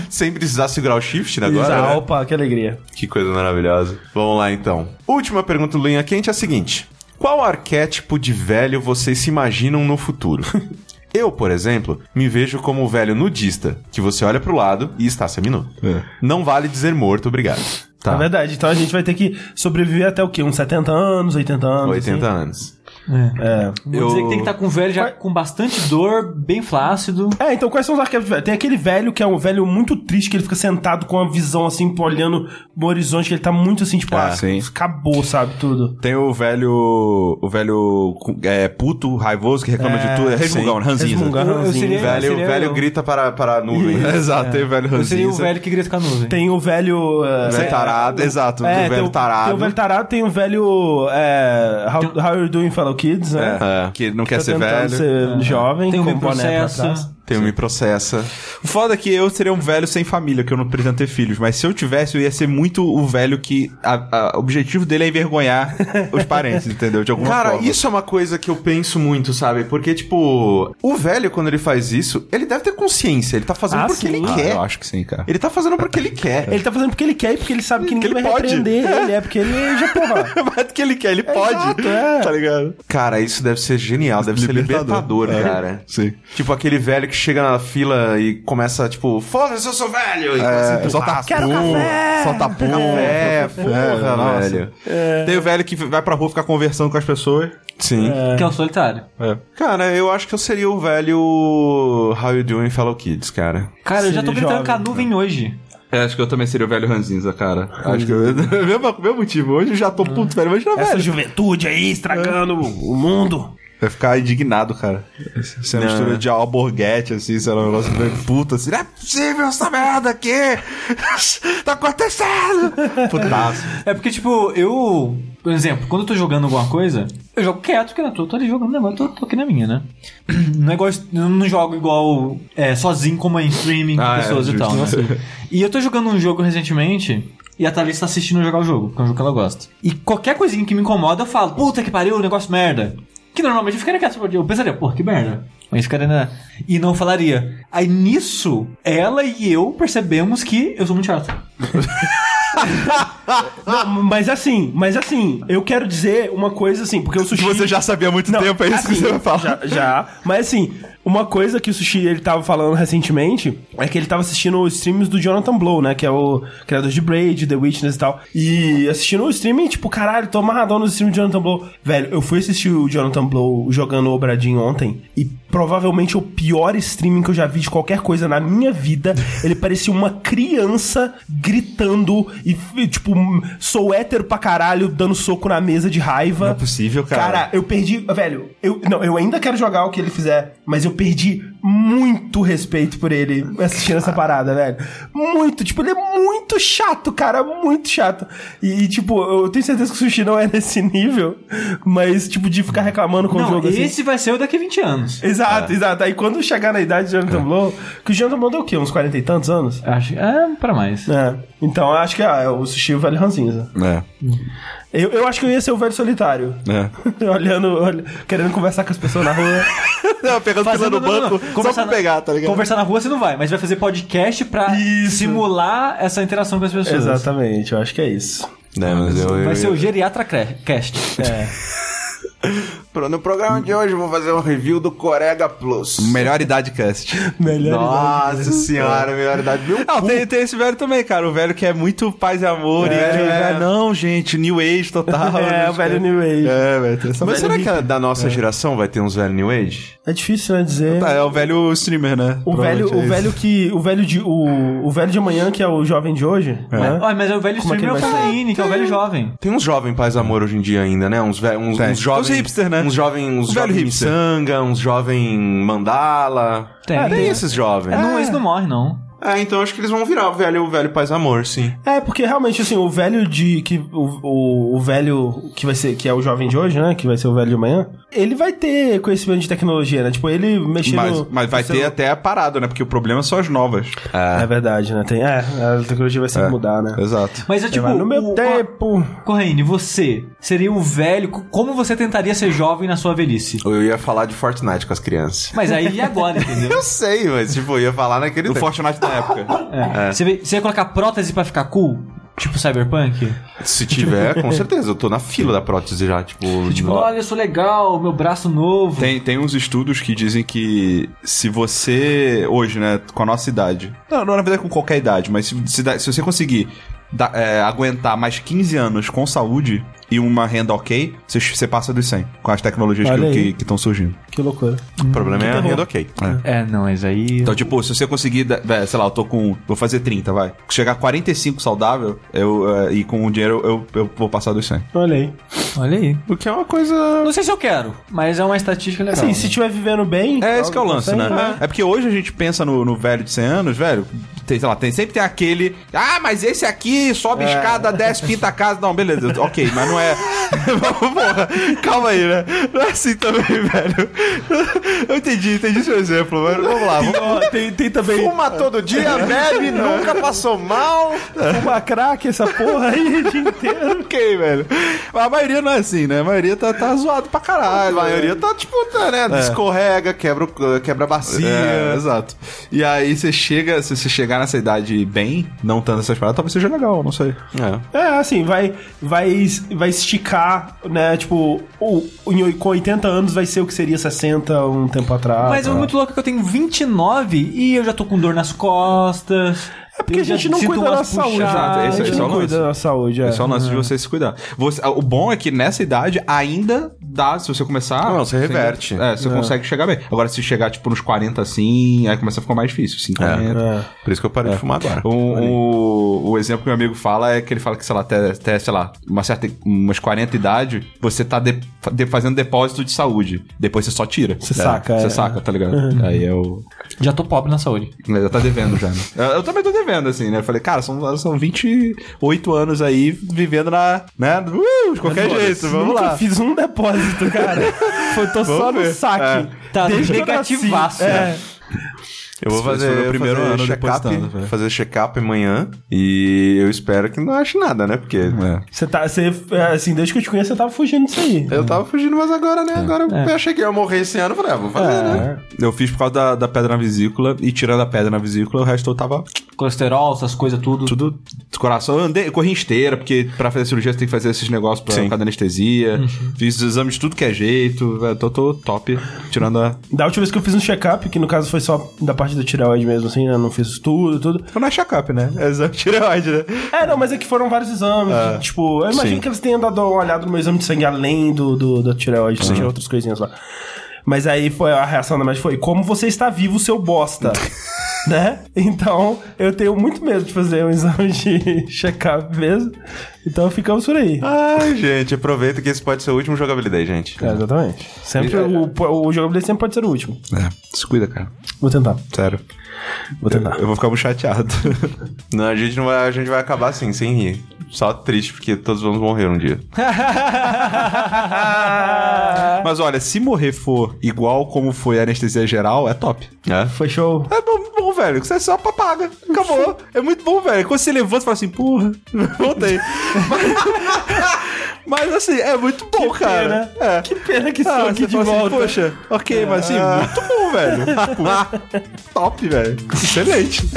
A: Sem precisar segurar o shift né, agora.
B: Exato.
A: né?
B: Opa, que alegria.
A: Que coisa maravilhosa. Vamos lá então. Última pergunta do Linha Quente é a seguinte: Qual arquétipo de velho vocês se imaginam no futuro? Eu, por exemplo, me vejo como o velho nudista, que você olha pro lado e está seminu. Não vale dizer morto, obrigado. Tá.
B: É verdade. Então a gente vai ter que sobreviver até o quê? Uns 70 anos, 80 anos? assim? É.
A: 80
B: anos.
A: anos.
C: É. Vou dizer que tem que estar com um velho já com bastante dor, bem flácido.
B: É, então quais são os arquétipos velho? Tem aquele velho que é um velho muito triste, que ele fica sentado com uma visão assim, pô, olhando o horizonte, que ele tá muito assim, tipo,
D: Ah,
B: ah,
D: sim.
B: acabou, sabe, tudo.
D: Tem o velho. O velho é, puto, raivoso, que reclama
B: É,
D: de tudo. É
B: sim.
D: resmungão, ranzinza.
B: Resmungão,
C: Eu- eu
B: ranzinza.
C: seria-
A: Velho,
C: seria
A: velho
C: eu.
A: grita para, para a nuvem.
D: Exato, tem o velho ranzinza.
C: Eu seria o velho que grita com a nuvem.
B: Tem o velho. eh,
A: Velho é tarado. Exato,
B: é,
A: o velho
B: tem
A: tarado.
B: Tem o velho tarado, tem o velho. É, how, how you doing, fellow kids, né?
D: É, que não quer
B: Tá
D: ser
B: tentando
D: velho.
B: ser jovem,
C: Tem um
B: com
C: bem
B: um boné pra
C: processo.
B: trás.
A: Tem um me processa.
D: O foda é que eu seria um velho sem família, que eu não pretendo ter filhos. Mas se eu tivesse, eu ia ser muito o velho que. a- a- O objetivo dele é envergonhar os parentes, entendeu? De alguma
A: Cara,
D: forma.
A: isso é uma coisa que eu penso muito, sabe? Porque, tipo, o velho, quando ele faz isso, ele deve ter consciência. Ele tá fazendo
B: Ah,
A: porque
B: sim.
A: ele
D: Ah,
A: quer.
D: Eu acho que sim, cara.
A: Ele tá fazendo porque ele quer.
B: Ele tá fazendo porque ele quer e porque ele sabe que ninguém
D: ele
B: vai
D: pode.
B: repreender ele. É porque ele já, porra.
D: Mas do que ele quer, ele pode.
B: exato, é.
D: Tá ligado?
A: Cara, isso deve ser genial, deve
D: Libertador.
A: ser libertador,
D: É.
A: cara.
D: Sim.
A: Tipo aquele velho que chega na fila e começa, tipo, foda-se, eu sou velho! E começa a
D: É, solta
A: empurrar.
D: pum, solta pum.
A: um Café, porra,
D: nossa.
A: velho.
D: tá Tem o velho que vai pra rua ficar conversando com as pessoas.
A: Sim.
C: Que é o solitário.
A: Cara, eu acho que eu seria o velho How You Doing Fellow Kids, cara.
C: Cara, eu já tô
B: Seria jovem,
C: gritando com a nuvem hoje.
D: É, acho que eu também seria o velho ranzinza, cara. Acho que eu... mesmo, mesmo motivo. Hoje eu já tô puto, velho. Imagina,
B: Essa
D: velho.
B: juventude aí estragando o mundo.
D: Vai ficar indignado, cara. Isso é uma
A: Não.
D: mistura de alborguete, assim, sei lá, um negócio meio puto, assim. Não é possível essa merda aqui! tá acontecendo! Putaço.
C: É porque, tipo, eu. Por exemplo, quando eu tô jogando alguma coisa, eu jogo quieto, porque eu tô, tô ali jogando um negócio, tô, tô aqui na minha, né? Não é igual. Eu não jogo igual é, sozinho como em streaming com
D: Ah, é,
C: pessoas e
D: justo.
C: tal, né? E eu tô jogando um jogo recentemente. E a Thalys tá assistindo eu jogar o jogo, que é um jogo que ela gosta. E qualquer coisinha que me incomoda, eu falo, puta que pariu, negócio merda. Que normalmente eu ficaria quieto, eu pensaria, pô, que merda. Mas ficaria na... E não falaria. Aí nisso, ela e eu percebemos que eu sou muito chato.
B: Não, mas assim, mas assim, eu quero dizer uma coisa assim, porque o sushi.
D: Você já sabia há muito
B: Não,
D: tempo, é isso que
B: assim,
D: você vai falar.
B: Já, já. Mas assim, uma coisa que o Sushi ele tava falando recentemente é que ele tava assistindo os streams do Jonathan Blow, né? Que é o criador de Braid, The Witness e tal. E assistindo o streaming, tipo, caralho, tô amarradão no stream do Jonathan Blow. Velho, eu fui assistir o Jonathan Blow jogando o Obradinho ontem e provavelmente é o pior streaming que eu já vi de qualquer coisa na minha vida. Ele parecia uma criança gritando e, e, tipo, sou hétero pra caralho, dando soco na mesa de raiva. Não
D: é possível, cara.
B: Cara, Ah, eu perdi, velho, eu, não, eu ainda quero jogar o que ele fizer, mas eu perdi muito respeito por ele assistindo essa parada, velho. Muito, tipo, ele é muito chato, cara, muito chato. E, e, tipo, eu tenho certeza que o Sushi não é nesse nível, mas, tipo, de ficar reclamando com o
C: Não,
B: jogo assim.
C: esse É. vai ser o daqui a 20 anos.
B: Exato, exato. Aí quando chegar na idade do
C: É.
B: Jonathan Blow, que o Jonathan Blow deu o quê? Uns 40 e tantos anos?
C: Acho que é pra mais.
B: É. Então eu acho que ah, o Sushi é o velho ranzinza.
D: É.
B: Eu, eu acho que eu ia ser o velho solitário.
A: é.
B: olhando, olha- querendo conversar com as pessoas na rua.
D: Não, pegando fila
C: Fazendo-
D: no
C: não, não, não.
D: banco só
C: Conversar
D: pra
C: na-
D: pegar, tá ligado?
C: Conversar na rua você não vai, mas vai fazer podcast pra
B: Isso.
C: simular essa interação com as pessoas.
B: Exatamente, eu acho que é isso.
A: Né, mas eu- eu-
C: Vai ser o Geriatra Cre- Cast.
A: Pro- No programa de hoje eu vou fazer um review do Corega Plus.
D: Melhor idade cast.
B: Melhor
A: Nossa senhora, melhor idade. Meu
D: Não, tem, tem esse velho também, cara. O velho que é muito paz e amor. e
A: É.
D: que o velho, não, gente, New Age total. né?
B: É, o velho New Age.
D: É, velho. tem essa-
A: Mas
B: velho
A: será que a- da nossa geração vai ter uns velho New Age?
B: É difícil, né, dizer. é
D: Tá, é o velho streamer, né?
B: O velho, o velho que. O velho de. O, o velho de amanhã, que é o jovem de hoje, né?
C: Olha, mas é o velho
B: Como é que
C: streamer é o
B: ele vai ser?
C: Caine, que é o velho jovem.
A: Tem uns jovens paz e amor hoje em dia ainda, né? Uns, ve- uns,
D: Tem.
A: uns jovens.
D: Os hipster, né?
A: Uns jovens. Uns
D: Velho
A: jovens
D: hipster.
A: miçanga, uns jovens mandala.
C: Tem.
A: Ah, tem esses jovens.
C: Não, esse não morre, não.
A: É, então acho que eles vão virar o velho, o velho paz e amor, sim.
B: É, porque realmente, assim, o velho de. Que, o, o, o velho que vai ser. Que é o jovem de hoje, né? Que vai ser o velho de amanhã. Ele vai ter conhecimento de tecnologia, né? Tipo, ele mexendo.
D: Mas, mas vai ter até parado, né? Porque o problema são as novas.
B: É verdade, né? Tem, é, a tecnologia vai
D: É.
B: sempre mudar, né?
D: Exato.
C: Mas é tipo.
B: Vai, no meu
C: o-
B: tempo.
C: Correine, você seria o velho. co- Como você tentaria ser jovem na sua velhice?
A: Eu ia falar de Fortnite com as crianças.
C: Mas aí e agora, entendeu?
A: Eu sei, mas tipo, eu ia falar naquele
D: O
A: tempo.
D: Fortnite da época.
C: É. Você, vê- você ia colocar prótese pra ficar cool? Tipo Cyberpunk?
A: Se tiver, com certeza. Eu tô na fila da prótese já, tipo.
C: Tipo,
A: no-
C: olha, eu sou legal, meu braço novo.
D: Tem, tem uns estudos que dizem que se você, hoje, né, com a nossa idade, não, não na verdade é com qualquer idade, mas se, se, dá- se você conseguir da- é, aguentar mais 15 anos com saúde e uma renda ok, você, você passa dos 100 com as tecnologias
B: Olha aí.
D: que estão surgindo.
B: Que loucura.
A: o problema é a
B: terror.
A: renda, ok.
C: É, não, mas aí.
D: Então, tipo, se você conseguir, da- vé, sei lá, eu tô com. Vou fazer 30, vai. Chegar a 45 saudável, eu, é, e com o dinheiro eu, eu vou passar dos 100.
B: Olha aí.
C: Olha aí.
A: O que é uma coisa.
C: Não sei se eu quero, mas é uma estatística legal.
B: Assim,
C: né?
B: se tiver vivendo bem.
D: É, esse que é o
B: tá
D: lance,
B: bem,
D: né? É porque hoje a gente pensa no, no velho de 100 anos, velho. Tem, sei lá, tem, sempre tem aquele. Ah, mas esse aqui sobe escada, desce, pinta a casa. Não, beleza, ok, mas não é. Porra, calma aí, né? Não é assim também, velho. Eu entendi, entendi seu exemplo, mas vamos lá. Vamos...
B: Ó, tem, tem também
A: Fuma todo dia, bebe, nunca passou mal.
B: uma craque essa porra aí o dia inteiro.
D: Ok, velho. Mas a maioria não é assim, né? A maioria tá, tá zoado pra
A: A
D: caralho.
A: maioria tá, tipo, tá, né? Escorrega, quebra, o- quebra a bacia.
D: É, exato. E aí você chega, se você chegar nessa idade bem, não tanto essas paradas, talvez seja legal, não sei.
A: É.
B: É, assim, vai, vai, vai esticar, né? Tipo, o, em oi- com 80 anos vai ser o que seria 60 um tempo atrás.
C: Mas é
B: né?
C: muito louco que eu tenho 29 e eu já tô com dor nas costas.
B: É porque a
C: eu já
B: gente não
C: sinto
B: cuida da
C: umas
B: nossa saúde.
C: puxadas.
D: Exato, esse-
B: a gente
D: esse é o
B: não
D: lance.
B: cuida da saúde, é.
D: É só o lance de você se cuidar. Você- o bom é que nessa idade ainda dá, se você começar.
A: Não, você reverte.
D: ainda- é, você consegue chegar bem. Agora, se chegar, tipo, nos 40 assim, aí começa a ficar mais difícil. 50.
B: É.
A: Por isso que eu parei de fumar agora.
D: O, o, o exemplo que meu amigo fala é que ele fala que, sei lá, até, até sei lá, uma certa, umas 40 idade, você tá de- de- fazendo depósito de saúde. Depois você só tira.
B: Você saca,
D: Você
B: é.
D: saca, tá ligado? Aí é o.
C: Já tô pobre na saúde.
D: Né, Já tá devendo já, né? Eu, eu também tô devendo, assim, né? Eu falei, cara, são, são 28 anos aí vivendo na. né? Uh, de qualquer jeito, vamos
B: Nunca
D: lá.
B: fiz um depósito, cara. Foi, tô só
D: Vamos
B: no
D: ver. É.
B: saque.
C: Tá
B: Desde que eu nasci.
C: negativaço,
B: É.
A: Eu vou
D: Esse foi
A: fazer
D: o meu primeiro
A: fazer
D: ano depositando, né?
A: check-up, né?
D: velho.
A: fazer check-up amanhã e eu espero que não ache nada, né? Porque
B: Você tá, você, é, assim, desde que eu te conheço, você tava fugindo disso aí.
A: eu tava fugindo, mas agora, né? Agora eu achei que eu ia morrer esse ano, eu falei, ah, vou fazer, né?
D: É. Eu fiz por causa da, da pedra na vesícula e tirando a pedra na vesícula, o resto eu tava
C: Colesterol, essas coisas, tudo.
D: tudo do coração. Eu andei, eu corri em esteira, porque pra fazer cirurgia você tem que fazer esses negócios pra
A: Sim.
D: por causa da anestesia. Fiz os exames de tudo que é jeito. velho, Tô, tô top, tirando a.
B: Da última vez que eu fiz um check-up, que no caso foi só da parte do tireoide mesmo, assim, né? Não fiz tudo, tudo.
D: Não é check-up, né? É
A: um
D: exame de tireoide, né?
B: É, não, mas é que foram vários exames. de, tipo, eu imagino
A: Sim.
B: que eles tenham dado uma olhada no meu exame de sangue além do, do da tireoide, tinha outras coisinhas lá. Mas aí foi a reação da médica foi: como você está vivo, seu bosta? né? Então, eu tenho muito medo de fazer um exame de check-up mesmo. Então ficamos por aí.
A: Ai, gente, aproveita que esse pode ser o último jogabilidade, gente.
B: É, exatamente. Sempre o, o jogo dele sempre pode ser o último.
D: É, se cuida, cara.
B: Vou tentar.
D: Sério.
B: Vou
D: Eu,
B: tentar.
D: eu vou ficar muito chateado.
A: Não, a gente não vai, a gente vai acabar assim, sem rir. Só triste, porque todos vamos morrer um dia.
D: Mas olha, se morrer for igual como foi a anestesia geral, é top.
A: É?
B: Foi show.
D: É bom, bom,
A: velho. Você é só papaga. Acabou. É muito bom, velho. Quando você levanta, você fala assim, porra, voltei. mas, mas, assim, é muito bom, cara.
B: Pena.
A: É.
B: Que pena que estou
A: Ah,
B: aqui
A: você
B: de
A: fala assim,
B: volta. Ah.
A: Poxa, ok, mas assim, muito bom, velho. Tipo, Top, velho. Excelente.